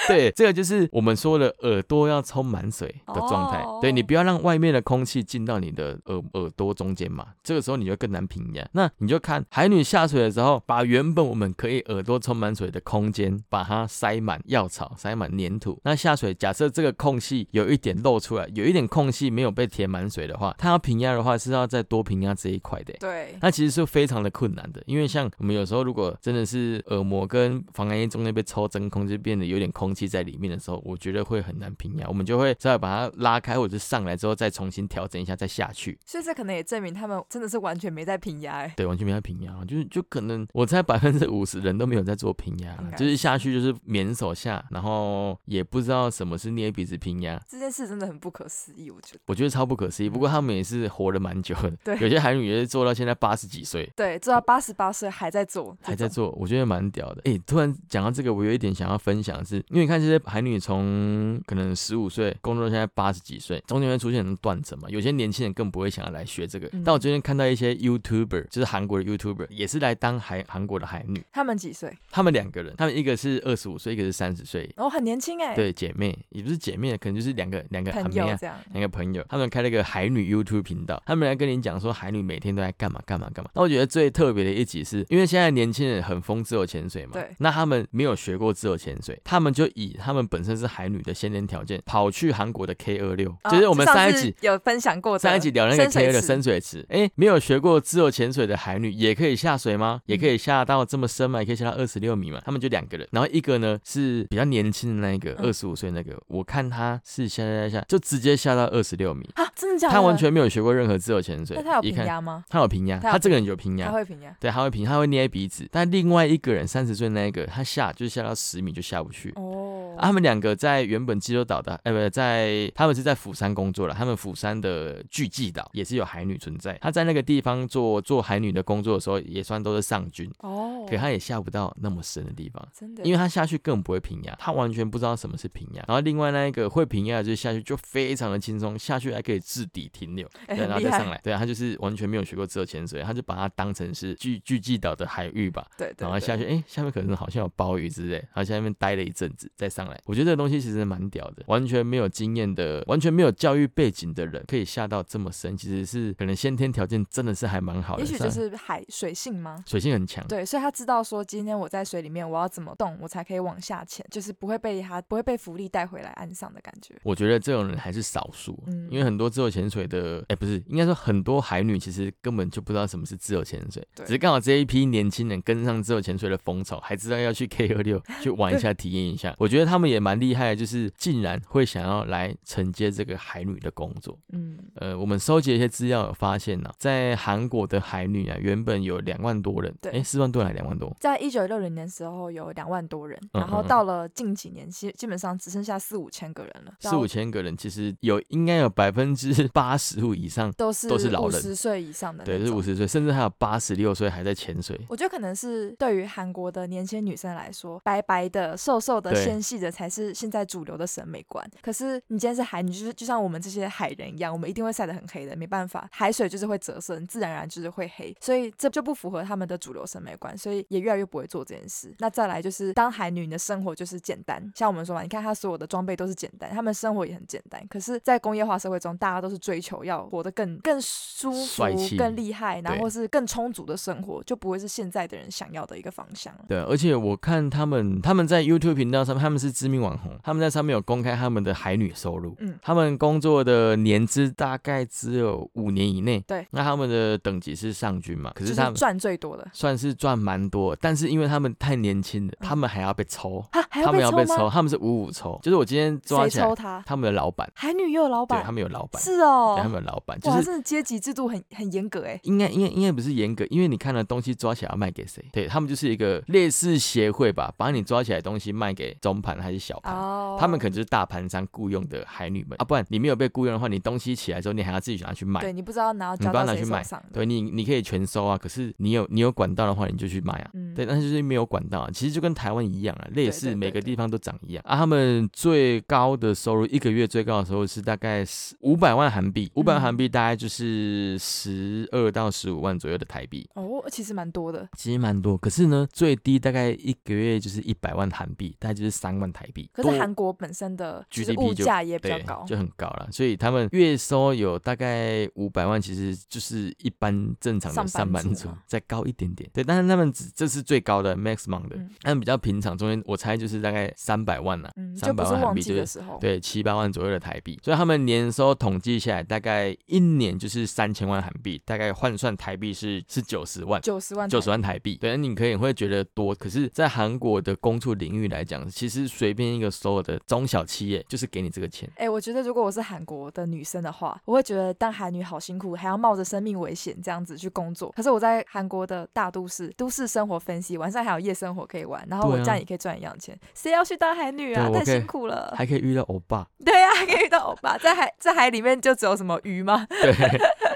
Speaker 1: 对，这个就是我们说的耳朵要充满水的状态。
Speaker 2: 哦
Speaker 1: 对你不要让外面的空气进到你的耳耳朵中间嘛，这个时候你就更难平压。那你就看海女下水的时候，把原本我们可以耳朵充满水的空间，把它塞满药草，塞满粘土。那下水，假设这个空隙有一点露出来，有一点空隙没有被填满水的话，它要平压的话是要再多平压这一块的。
Speaker 2: 对，
Speaker 1: 那其实是非常的困难的，因为像我们有时候如果真的是耳膜跟防寒衣中间被抽真空，就变得有点空气在里面的时候，我觉得会很难平压，我们就会再把它拉开或者是上来之后再重新调整一下再下去。
Speaker 2: 所以这可能也证明他们真的是完全没在平压、欸。
Speaker 1: 对，完全没在平压，就是就可能我猜百分之五十人都没有在做平压
Speaker 2: 应该，是
Speaker 1: 就是下去就是免手下，然后也不知道什么是捏鼻子平压，
Speaker 2: 这件事真的很不可思议，我觉得。
Speaker 1: 我觉得超不可思议。不过他们也是活了蛮久的，
Speaker 2: 对
Speaker 1: 有些韩语也是做到现在八十几岁，
Speaker 2: 对，做到八十八岁还在做，
Speaker 1: 还在。做，我觉得蛮屌的。诶，突然讲到这个，我有一点想要分享的是，因为你看这些海女从可能十五岁工作到现在八十几岁，中间会出现很多断层嘛。有些年轻人更不会想要来学这个。
Speaker 2: 嗯
Speaker 1: 但我最近看到一些 YouTuber，就是韩国的 YouTuber，也是来当海韩国的海女。
Speaker 2: 他们几岁？
Speaker 1: 他们两个人，他们一个是二十五岁，一个是三十岁，
Speaker 2: 然、后很年轻哎、欸，
Speaker 1: 对姐妹，也不是姐妹，可能就是两个两个
Speaker 2: 朋
Speaker 1: 韩妹啊
Speaker 2: 友这样。
Speaker 1: 那个朋友，他们开了一个海女 YouTube 频道，他们来跟你讲说海女每天都在干嘛干嘛干嘛。那我觉得最特别的一集是，因为现在年轻人很疯自由潜水嘛，
Speaker 2: 对
Speaker 1: 那他们没有学过自由潜水，他们就以他们本身是海女的先天条件，跑去韩国的 K 二六，
Speaker 2: 啊
Speaker 1: 就是我们
Speaker 2: 上
Speaker 1: 上一
Speaker 2: 次
Speaker 1: 集
Speaker 2: 有分享过的
Speaker 1: 上一集聊那个
Speaker 2: 深水
Speaker 1: K 二的
Speaker 2: 池
Speaker 1: 深水池，哎、没有学过自由潜水的海女也可以下水
Speaker 2: 嗯
Speaker 1: 吗？也可以下到这么深吗？也可以下到二十六米嘛？他们就两个人，然后一个呢是比较年轻的那一个，
Speaker 2: 嗯
Speaker 1: 二十五岁那个，我看他是下下下下就直接下到二十六米，
Speaker 2: 啊，真的假的？
Speaker 1: 他完全没有学过任何自由潜水
Speaker 2: 那他有，
Speaker 1: 一
Speaker 2: 平
Speaker 1: 看
Speaker 2: 压吗？
Speaker 1: 他有平压，
Speaker 2: 他有
Speaker 1: 他这个人有平
Speaker 2: 他
Speaker 1: 压。
Speaker 2: 会平压
Speaker 1: 对，他会平，他会捏鼻子，但另外一个人三十岁那一个，他下就是下到十米就下不去，
Speaker 2: 哦
Speaker 1: 啊，他们两个在原本济州岛的，呃，不，在他们是在釜山工作了。他们釜山的巨济岛也是有海女存在。她在那个地方做做海女的工作的时候，也算都是上军，
Speaker 2: 哦，
Speaker 1: 可她也下不到那么深的地方。
Speaker 2: 真的，
Speaker 1: 因
Speaker 2: 为
Speaker 1: 为她下去更不会平压，她完全不知道什么是平压。然后另外那一个会平压，就是下去就非常的轻松，下去还可以置底停留，
Speaker 2: 哎
Speaker 1: 对，然后
Speaker 2: 很厉
Speaker 1: 再
Speaker 2: 害
Speaker 1: 上来。对啊，她就是完全没有学过自由潜水，她就把它当成是巨巨济岛的海域吧。
Speaker 2: 对对，
Speaker 1: 然后下
Speaker 2: 去
Speaker 1: 去，哎、下面可能好像有鲍鱼之类，然后下面待了一阵子再上来。我觉得这个东西其实蛮屌的，完全没有经验的，完全没有教育背景的人可以下到这么深，其实是可能先天条件真的是还蛮好的，
Speaker 2: 也许
Speaker 1: 虽
Speaker 2: 就
Speaker 1: 然
Speaker 2: 是海水性吗？
Speaker 1: 水性很强。
Speaker 2: 对，所以他知道说今天我在水里面，我要怎么动，我才可以往下潜，就是不会被他不会被浮力带回来岸上的感觉。
Speaker 1: 我觉得这种人还是少数，
Speaker 2: 嗯
Speaker 1: 因为很多自由潜水的，哎、不是，应该说很多海女其实根本就不知道什么是自由潜水，
Speaker 2: 对
Speaker 1: 只是刚好这一批年轻人跟上自由潜水的风潮，还知道要去 K 二 六去玩一下、体验一下。我觉得他们也蛮厉害的，就是竟然会想要来承接这个海女的工作。
Speaker 2: 嗯，
Speaker 1: 呃，我们收集一些资料有发现呢、啊在韩国的海女啊，原本有两万多人，
Speaker 2: 对
Speaker 1: 哎，四万多人还两万多，
Speaker 2: 在一九六零年时候有两万多人，
Speaker 1: 嗯
Speaker 2: 然后
Speaker 1: 嗯嗯
Speaker 2: 到了近几年，基基本上只剩下四五千个人了，
Speaker 1: 四五千个人，其实有应该有百分之八十五以上，
Speaker 2: 都是
Speaker 1: 都是老
Speaker 2: 五
Speaker 1: 人
Speaker 2: 十岁以上的，
Speaker 1: 对，是五。十岁，甚至还有八十六岁还在潜水。
Speaker 2: 我觉得可能是对于韩国的年轻女生来说，白白的、瘦瘦的、
Speaker 1: 对
Speaker 2: 纤细的才是现在主流的审美观。可是你今天是海，你就是就像我们这些海人一样，我们一定会晒得很黑的，没办法，海水就是会折射，你自然而然就是会黑，所以这就不符合他们的主流审美观，所以也越来越不会做这件事。那再来就是当海女，你的生活就是简单，像我们说嘛，你看她所有的装备都是简单，她们生活也很简单。可是，在工业化社会中，大家都是追求要活得更更舒服
Speaker 1: 帅、气
Speaker 2: 更厉害，然
Speaker 1: 对
Speaker 2: 后是更充足的生活，就不会是现在的人想要的一个方向了。
Speaker 1: 对，而且我看他们他们在 YouTube 频道上面，他们是知名网红，他们在上面有公开他们的海女收入。
Speaker 2: 嗯
Speaker 1: 他们工作的年资大概只有五年以内。
Speaker 2: 对，
Speaker 1: 那他们的等级是上军嘛？可
Speaker 2: 就是是
Speaker 1: 他们
Speaker 2: 赚最多的
Speaker 1: 算是赚蛮多，但是因为他们太年轻了，他们还要被抽，
Speaker 2: 啊，嗯还
Speaker 1: 他们要被
Speaker 2: 抽
Speaker 1: 抽，他们是五五抽，就是我今天抓
Speaker 2: 吗？谁
Speaker 1: 起来
Speaker 2: 抽，他？
Speaker 1: 他们的老板，
Speaker 2: 海女也有老
Speaker 1: 对
Speaker 2: 板
Speaker 1: 他，们有老板，
Speaker 2: 是
Speaker 1: 对
Speaker 2: 哦
Speaker 1: 他，们有老板，就
Speaker 2: 哇，
Speaker 1: 是。
Speaker 2: 真的阶级制度很很严格哎。
Speaker 1: 应该应该应该不是严格，因为你看了东西抓起来要卖给谁？对他们就是一个类似协会吧，把你抓起来的东西卖给中盘还是小盘？
Speaker 2: 哦，
Speaker 1: 他们可能就是大盘商雇佣的海女们啊，不然你没有被雇佣的话，你东西起来之后，你还要自己拿去卖。
Speaker 2: 对你不知道拿
Speaker 1: 你
Speaker 2: 交
Speaker 1: 不要
Speaker 2: 到
Speaker 1: 拿
Speaker 2: 谁
Speaker 1: 去
Speaker 2: 手
Speaker 1: 卖
Speaker 2: 上，的，
Speaker 1: 对你，你可以全收啊。可是你有你有管道的话，你就去卖啊。
Speaker 2: 嗯
Speaker 1: 对，但是就是没有管道啊。其实就跟台湾一样啊，类
Speaker 2: 对
Speaker 1: 似
Speaker 2: 对
Speaker 1: 每个
Speaker 2: 对
Speaker 1: 地方都长一样啊。他们最高的收入，一个月最高的收入是大概五百万韩币，五百
Speaker 2: 嗯
Speaker 1: 万韩币大概就是十二到十五万左右的台币。
Speaker 2: 哦，其实蛮多的，
Speaker 1: 其实蛮多，可是呢，最低大概一个月就是一百万韩币，大概就是三万台币。
Speaker 2: 可是
Speaker 1: 多
Speaker 2: 韩国本身的就是
Speaker 1: GDP
Speaker 2: 物
Speaker 1: 就
Speaker 2: 价也比较
Speaker 1: 对，
Speaker 2: 高，
Speaker 1: 就很高了。所以他们月收有大概五百万，其实就是一般正常的
Speaker 2: 上
Speaker 1: 上
Speaker 2: 班
Speaker 1: 班
Speaker 2: 族
Speaker 1: 族
Speaker 2: 嘛，
Speaker 1: 再高一点点。对，但是他们只这是最高的 maximum 的
Speaker 2: 嗯，
Speaker 1: 他们比较平常，中间我猜就是大概三百万啦，
Speaker 2: 嗯，就
Speaker 1: 三
Speaker 2: 不
Speaker 1: 百
Speaker 2: 是
Speaker 1: 万韩
Speaker 2: 旺
Speaker 1: 币
Speaker 2: 季
Speaker 1: 就
Speaker 2: 的
Speaker 1: 是。
Speaker 2: 时候，
Speaker 1: 对，七八万左右的台币，所以他们年收统计下来，大概一年就是三千万韩币，大概换算台币是是九十万，
Speaker 2: 九十万
Speaker 1: 九十
Speaker 2: 万，
Speaker 1: 万台币，对，你可以会觉得多，可是，在韩国的工作领域来讲，其实随便一个所有的中小企业就是给你这个钱，
Speaker 2: 哎、我觉得如果我是韩国的女生的话，我会觉得当韩女好辛苦，还要冒着生命危险这样子去工作。可是我在韩国的大都市，都市生活分析，晚上还有夜生活可以玩，然后我
Speaker 1: 对啊
Speaker 2: 这样也可以赚一样钱，谁要去当韩
Speaker 1: 对
Speaker 2: 女啊？
Speaker 1: 我
Speaker 2: 太
Speaker 1: 可以
Speaker 2: 辛苦了。
Speaker 1: 还可以遇到欧巴，
Speaker 2: 对呀、啊，还可以遇到欧巴，在海在海里面就只有什么鱼吗？
Speaker 1: 对，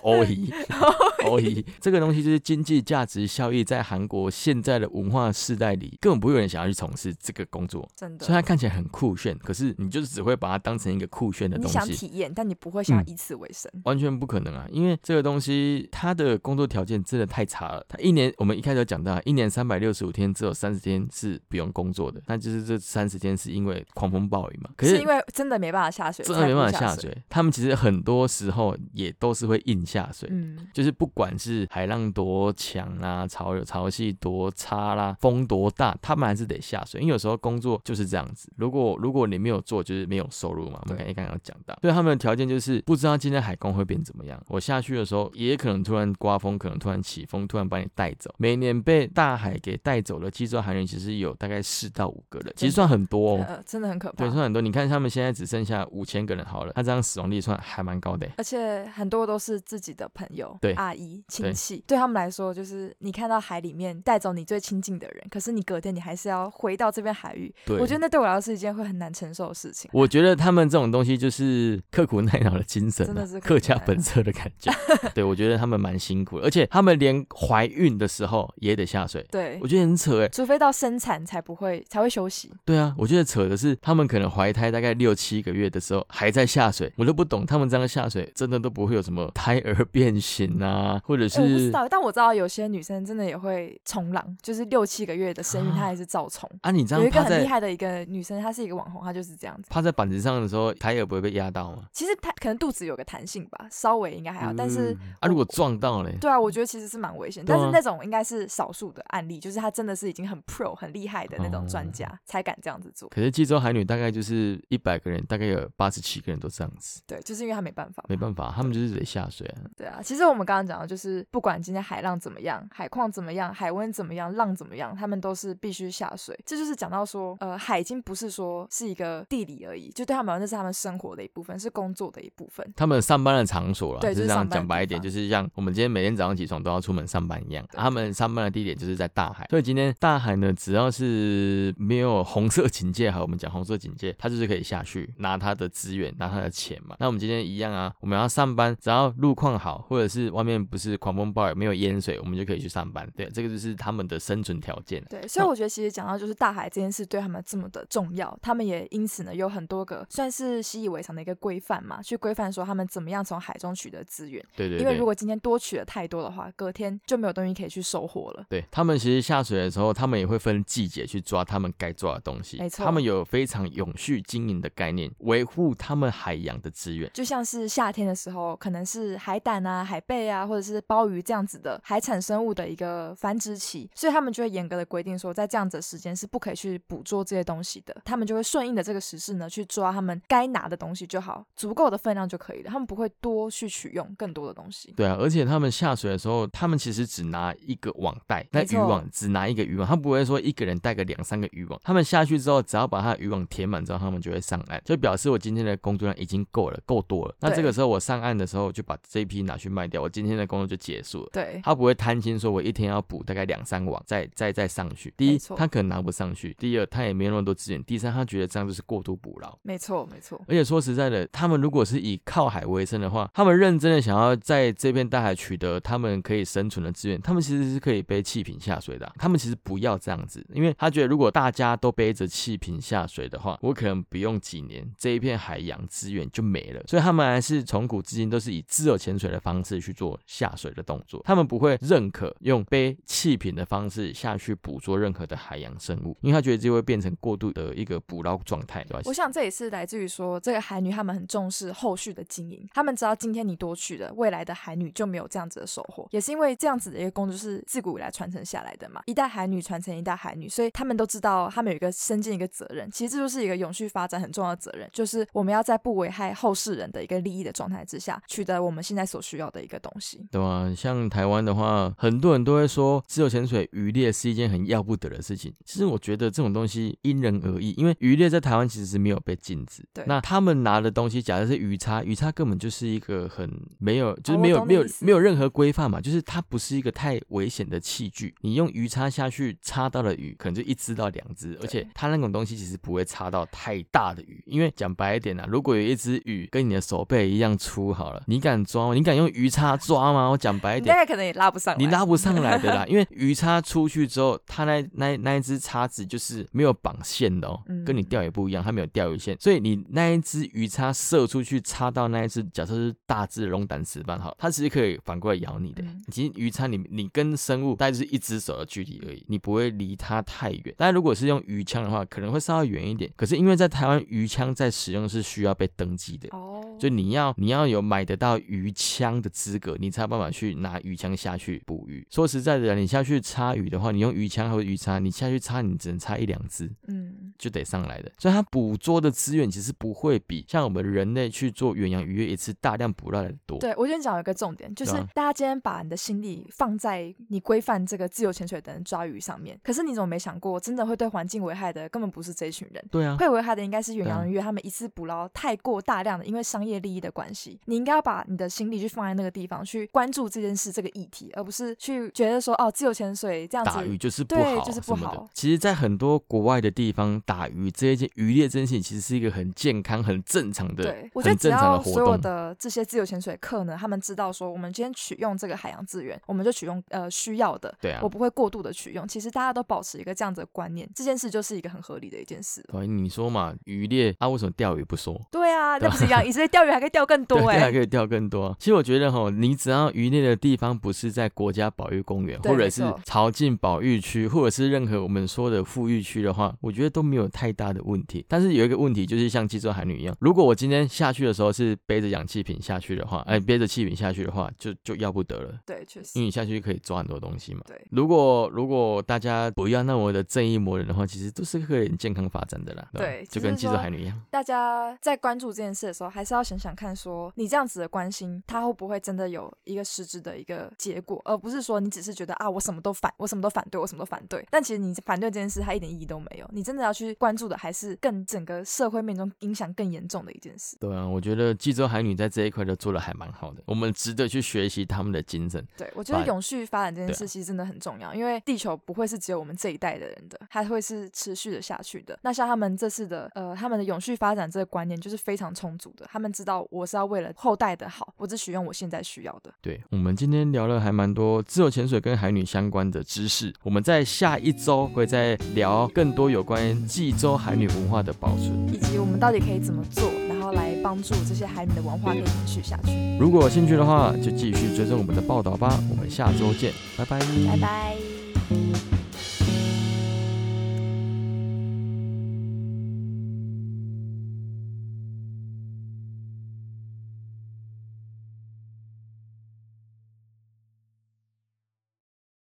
Speaker 1: 欧姨， 欧姨，这个东西就是经济价值效益，在韩国现在的文化世代里，根本不会有人想要去从事这个工作。
Speaker 2: 真
Speaker 1: 虽
Speaker 2: 的。
Speaker 1: 然看起来很酷炫，可是你就是只会把它当成一个酷炫的
Speaker 2: 你
Speaker 1: 东
Speaker 2: 想
Speaker 1: 西，
Speaker 2: 体验，但你不会想要
Speaker 1: 嗯
Speaker 2: 以此为生。
Speaker 1: 完全不可能啊！因为这个东西，它的工作条件真的太差了。它一年，我们一开始有讲到，啊一年三百六十五天，只有三十天是不用工作的，那就是这三十天是因为狂风暴雨嘛。可
Speaker 2: 是
Speaker 1: 是
Speaker 2: 因为真的没办法下水，
Speaker 1: 真的没办法
Speaker 2: 下
Speaker 1: 下。水，他们其实很多时候也都是会硬下水。
Speaker 2: 嗯，
Speaker 1: 就是不管是海浪多强啊，潮有潮汐多差啦、风多大，他们还是得下水。因为有时候工作就是这样子，如果如果你没有做，就是没有收入嘛。我们刚刚有讲到，所以他们的条件就是不知道今天海空会变怎么样。我下去的时候，也可能突然刮风，可能突然起风，突然把你带走。每年被大海给带走的济州海员其实有大概四到五个人，其实算很多哦。
Speaker 2: 呃，真的很可怕
Speaker 1: 对，。算很多。你看他们现在只剩下五千个人好了，他这样死亡率算还蛮高的欸。
Speaker 2: 而且很多都是自己的朋友、
Speaker 1: 对
Speaker 2: 阿姨、
Speaker 1: 对
Speaker 2: 亲戚，对他们来说，就是你看到海里面带走你最亲近的人，可是你隔天你还是要回到这片海域。
Speaker 1: 对，
Speaker 2: 我觉得那对我来说是一件会很难承受的事情。
Speaker 1: 我觉得他们这种东西就是刻苦耐劳的精神、啊，
Speaker 2: 真的是刻
Speaker 1: 客
Speaker 2: 苦
Speaker 1: 家
Speaker 2: 耐劳
Speaker 1: 本色的感 觉。对，我觉得他们蛮辛苦的，而且他们连怀孕的时候也得下水，
Speaker 2: 对
Speaker 1: 我，觉得很扯哎。
Speaker 2: 除非到生产才不会才会休息。
Speaker 1: 对啊，我觉得扯的是他们可能怀胎大概六七个月的时候还在下水，我都不懂他们这样下水真的都不会有什么胎儿变形 啊，或者
Speaker 2: 哎我不
Speaker 1: 是
Speaker 2: 知道，但我知道有些女生真的也会冲浪，就是六七个月的身孕，
Speaker 1: 啊
Speaker 2: 她还是照冲。
Speaker 1: 啊，你这
Speaker 2: 有
Speaker 1: 样
Speaker 2: 一个
Speaker 1: 趴
Speaker 2: 很厉
Speaker 1: 在
Speaker 2: 害的一个女生，她是一个网红，她就是这样子。
Speaker 1: 趴在板子上的时候，胎儿不会被压到吗？
Speaker 2: 其实她可能肚子有个弹性吧，稍微应该还好，哎但是
Speaker 1: 嗯啊，如果撞到嘞，
Speaker 2: 对啊，我觉得其实是蛮危险，
Speaker 1: 对啊
Speaker 2: 但是那种应该是少数的案例，就是他真的是已经很 pro 很厉害的那种专
Speaker 1: 哦
Speaker 2: 家、才敢这样子做。
Speaker 1: 可是济州海女大概就是一百个人，大概有八十七个人都这样子。
Speaker 2: 对，就是因为他没办法嘛。
Speaker 1: 没办法，他们就是得下水啊。
Speaker 2: 对啊，其实我们刚刚讲的就是，不管今天海浪怎么样，海况怎么样，海温怎么样，浪怎么样，他们都是必须下水。这就是讲到说，呃，海已经不是说是一个地理而已，就对他们来说那是他们生活的一部分，是工作的一部分。
Speaker 1: 他们上班的场所啦，
Speaker 2: 对
Speaker 1: 就
Speaker 2: 就是是
Speaker 1: 这样
Speaker 2: 上班的
Speaker 1: 讲白一点，
Speaker 2: 地
Speaker 1: 就
Speaker 2: 方
Speaker 1: 是像我们今天每天早上起床都要出门上班一样。
Speaker 2: 对
Speaker 1: 他们上班的地点就是在大海，所以今天大海呢，只要是没有红色警戒，好，我们讲红色警戒，他就是可以下去拿他的资源，拿他的钱嘛。那我们今天一样啊，我们要上班，只要路况好，或者是外面不是狂风暴雨，没有淹水，我们就可以去上班。对，这个就是他们的生存条件。啊
Speaker 2: 对，所以我觉得其实讲到就是大海这件事对他们这么的重要，他们也因此呢有很多个算是习以为常的一个规范嘛，去规范说他们怎么样从海中取得资源。
Speaker 1: 对对对。
Speaker 2: 因为如果今天多取了太多的话，隔天就没有东西可以去收获了。
Speaker 1: 对他们其实下水的时候，他们也会分季节去抓他们该抓的东西。
Speaker 2: 没错
Speaker 1: 他们有非常永续经营的概念，维护他们海洋的资源。
Speaker 2: 就像是夏天的时候，可能是海胆啊、海贝啊，或者是鲍鱼这样子的海产生物的一个繁殖期，所以他们就会严格的规定说，在这样子的时间是不可以去捕捉这些东西的。他们就会顺应的这个时事呢，去抓他们该拿的东西就好，足够的分量就可以了。他们不会多去取用更多的东西。
Speaker 1: 对啊，而且他们下水的时候，他们其实只拿一个网袋，那
Speaker 2: 没
Speaker 1: 渔
Speaker 2: 错
Speaker 1: 网只拿一个渔网，他不会说一个人带个两三个渔网。他们下去之后，只要把他的渔网填满之后，他们就会上岸，就表示我今天的工作量已经够了，够多了。那
Speaker 2: 对
Speaker 1: 这个时候我上岸的时候，我就把这一批拿去卖掉，我今天的工作就结束了。
Speaker 2: 对，
Speaker 1: 他不会贪心，说我一天要补大概两三网，再再再上去。第一
Speaker 2: 没，错
Speaker 1: 他可能拿不上去；第二，他也没有那么多资源；第三，他觉得这样就是过度捕捞。
Speaker 2: 没错，没错。
Speaker 1: 而且说实在的，他们如果是以靠海为生的话，他们认真的想要在这片大海取得他们可以生存的资源，他们其实是可以背气瓶下水的啊、他们其实不要这样子，因为他觉得如果大家都背着气瓶下水的话，我可能不用几年，这一片海洋资源就没了。所以他们还是从古至今都是以自由潜水的方式去做下水的动作，他们不会认可用背气瓶的方式下去捕捉任何的海洋生物，因为他觉得这会变成过度的一个捕捞状态，对吧？
Speaker 2: 我想这也是来自于说，这个海女她们很重视后续的经营，她们知道今天你多去了，未来的海女就没有这样子的收获，也是因为这样子的一个工作是自古以来传承下来的嘛，一代海女传承一代海女，所以她们都知道她们有一个深进一个责任，其实这就是一个永续发展很重要的责任，就是我们要在不危害后世人的一个利益的状态之下，取得我们现在所需要的一个东西。
Speaker 1: 对啊，像台湾的话，很多人都会说自由潜水渔猎是一件很要不得的事情。其实我觉得这种东西因人而异，因为渔猎在台湾其实是没有被禁止。
Speaker 2: 对
Speaker 1: 那他们拿的东西，假设是鱼叉，鱼叉根本就是一个很没有，就是没有、
Speaker 2: 我哦懂
Speaker 1: 没有
Speaker 2: 你意思
Speaker 1: 没有任何规范嘛，就是它不是一个太危险的器具。你用鱼叉下去插到了鱼，可能就一只到两只，而且它那种东西其实不会插到太大的鱼，因为讲白一点啊，如果有一只鱼跟你的手背一样粗好了，你敢抓吗？你敢用鱼叉抓吗？我讲白一
Speaker 2: 你
Speaker 1: 点
Speaker 2: 大，概可能也拉不上来，
Speaker 1: 哎你拉不上来的 啦，因为鱼叉出去之后，它那那那一只叉子就是没有绑线的哦，
Speaker 2: 嗯
Speaker 1: 跟你钓也不一样，它没有钓鱼线，所以你那一只鱼叉射出去插到那一只，假设是大只的龙胆石斑哈，它其实可以反过来咬你的。
Speaker 2: 嗯
Speaker 1: 其实鱼叉你你跟生物大概就是一只手的距离而已，你不会离它太远。但如果是用鱼枪的话，可能会稍微远一点，可是因为在台湾鱼枪在使用是需要被登记的。
Speaker 2: 哦，
Speaker 1: 就你要你要有买得到鱼枪的资格，你才有办法去拿鱼枪下去捕鱼。说实在的啊，你下去插鱼的话，你用鱼枪还有鱼叉，你下去插你只能插一两只，
Speaker 2: 嗯，
Speaker 1: 就得上来的。所以它捕捉的资源其实不会比像我们人类去做远洋渔业一次大量捕到来的多。
Speaker 2: 对我今天讲有一个重点，就是
Speaker 1: 对啊
Speaker 2: 大家今天把你的心力放在你规范这个自由潜水的人抓鱼上面，可是你怎么没想过，真的会对环境危害的根本不是这一群人。
Speaker 1: 对啊，
Speaker 2: 会危害的应该是远
Speaker 1: 对啊
Speaker 2: 洋渔业，他们一次捕捞太过大量的，因为商业利益的关系，你应该要把你的心力去放在那个地方，去关注这件事这个议题，而不是去觉得说哦，自由潜水这样
Speaker 1: 打鱼
Speaker 2: 子。
Speaker 1: 就是不
Speaker 2: 对
Speaker 1: 好，
Speaker 2: 就是
Speaker 1: 什
Speaker 2: 不
Speaker 1: 么的
Speaker 2: 好。
Speaker 1: 其实，在很多国外的地方，打鱼这一件渔猎这件事情，其实是一个很健康、很正常的。
Speaker 2: 对，我觉得
Speaker 1: 很
Speaker 2: 只
Speaker 1: 正常的
Speaker 2: 要
Speaker 1: 活
Speaker 2: 所有
Speaker 1: 动
Speaker 2: 的这些自由潜水客呢，他们知道说我们今天取用这个海洋资源，我们就取用呃需要的，
Speaker 1: 对啊
Speaker 2: 我，不会过度的取用。其实大家都保持一个这样子的观念，这件事就是一个很合理的一件事了。
Speaker 1: 对啊，你说嘛，渔猎啊，为什么钓鱼不说？
Speaker 2: 对啊，那不是一样？以色列钓鱼还可以钓更多
Speaker 1: 对，还
Speaker 2: 哎、
Speaker 1: 可以钓更多。其实我觉得哈，你只要渔猎的地方不是在国家保育公园，
Speaker 2: 对
Speaker 1: 或者
Speaker 2: 没
Speaker 1: 是
Speaker 2: 错
Speaker 1: 潮境保育区，或者是任何我们说的富裕区的话，我觉得都没有太大的问题。但是有一个问题，就是像济州海女一样，如果我今天下去的时候是背着氧气瓶下去的话，哎、背着气瓶下去的话，就就要不得了。
Speaker 2: 对，确实
Speaker 1: 因，为你下去可以抓很多东西嘛。
Speaker 2: 对，
Speaker 1: 如果如果大家不要那么的正义魔人的话，其实都是可以很健康发展的啦。吧
Speaker 2: 对
Speaker 1: 就
Speaker 2: 只
Speaker 1: 跟
Speaker 2: 是
Speaker 1: 济州
Speaker 2: 说
Speaker 1: 海女一样。
Speaker 2: 大家在关注这件事的时候，还是要想想看说你这样子的关心，它会不会真的有一个实质的一个结果，而不是说你只是觉得啊，我什么都反，我什么都反对，我什么都反对。但其实你反对这件事，它一点意义都没有。你真的要去关注的，还是更整个社会面中影响更严重的一件事。
Speaker 1: 对啊，我觉得济州海女在这一块就做的还蛮好的，我们值得去学习他们的精神。
Speaker 2: 对我觉得
Speaker 1: 反
Speaker 2: 永续发展这件
Speaker 1: 对
Speaker 2: 事其实真的很重要，因为地球不会是只有我们这一代的人的，它会是持续的下去的。那像他们这次的呃，他们的永续发展这个观念就是非常充足的，他们知道我是要为了后代的好，我只使用我现在需要的。
Speaker 1: 对我们今天聊了还蛮多自由潜水跟海女相关的知识，我们在下一周会再聊更多有关济州海女文化的保存。
Speaker 2: 以及我们到底可以怎么做，然后来帮助这些海女的文化可以延续下去。
Speaker 1: 如果有兴趣的话，就继续追踪我们的报道吧。我们下周见，拜拜
Speaker 2: 拜拜。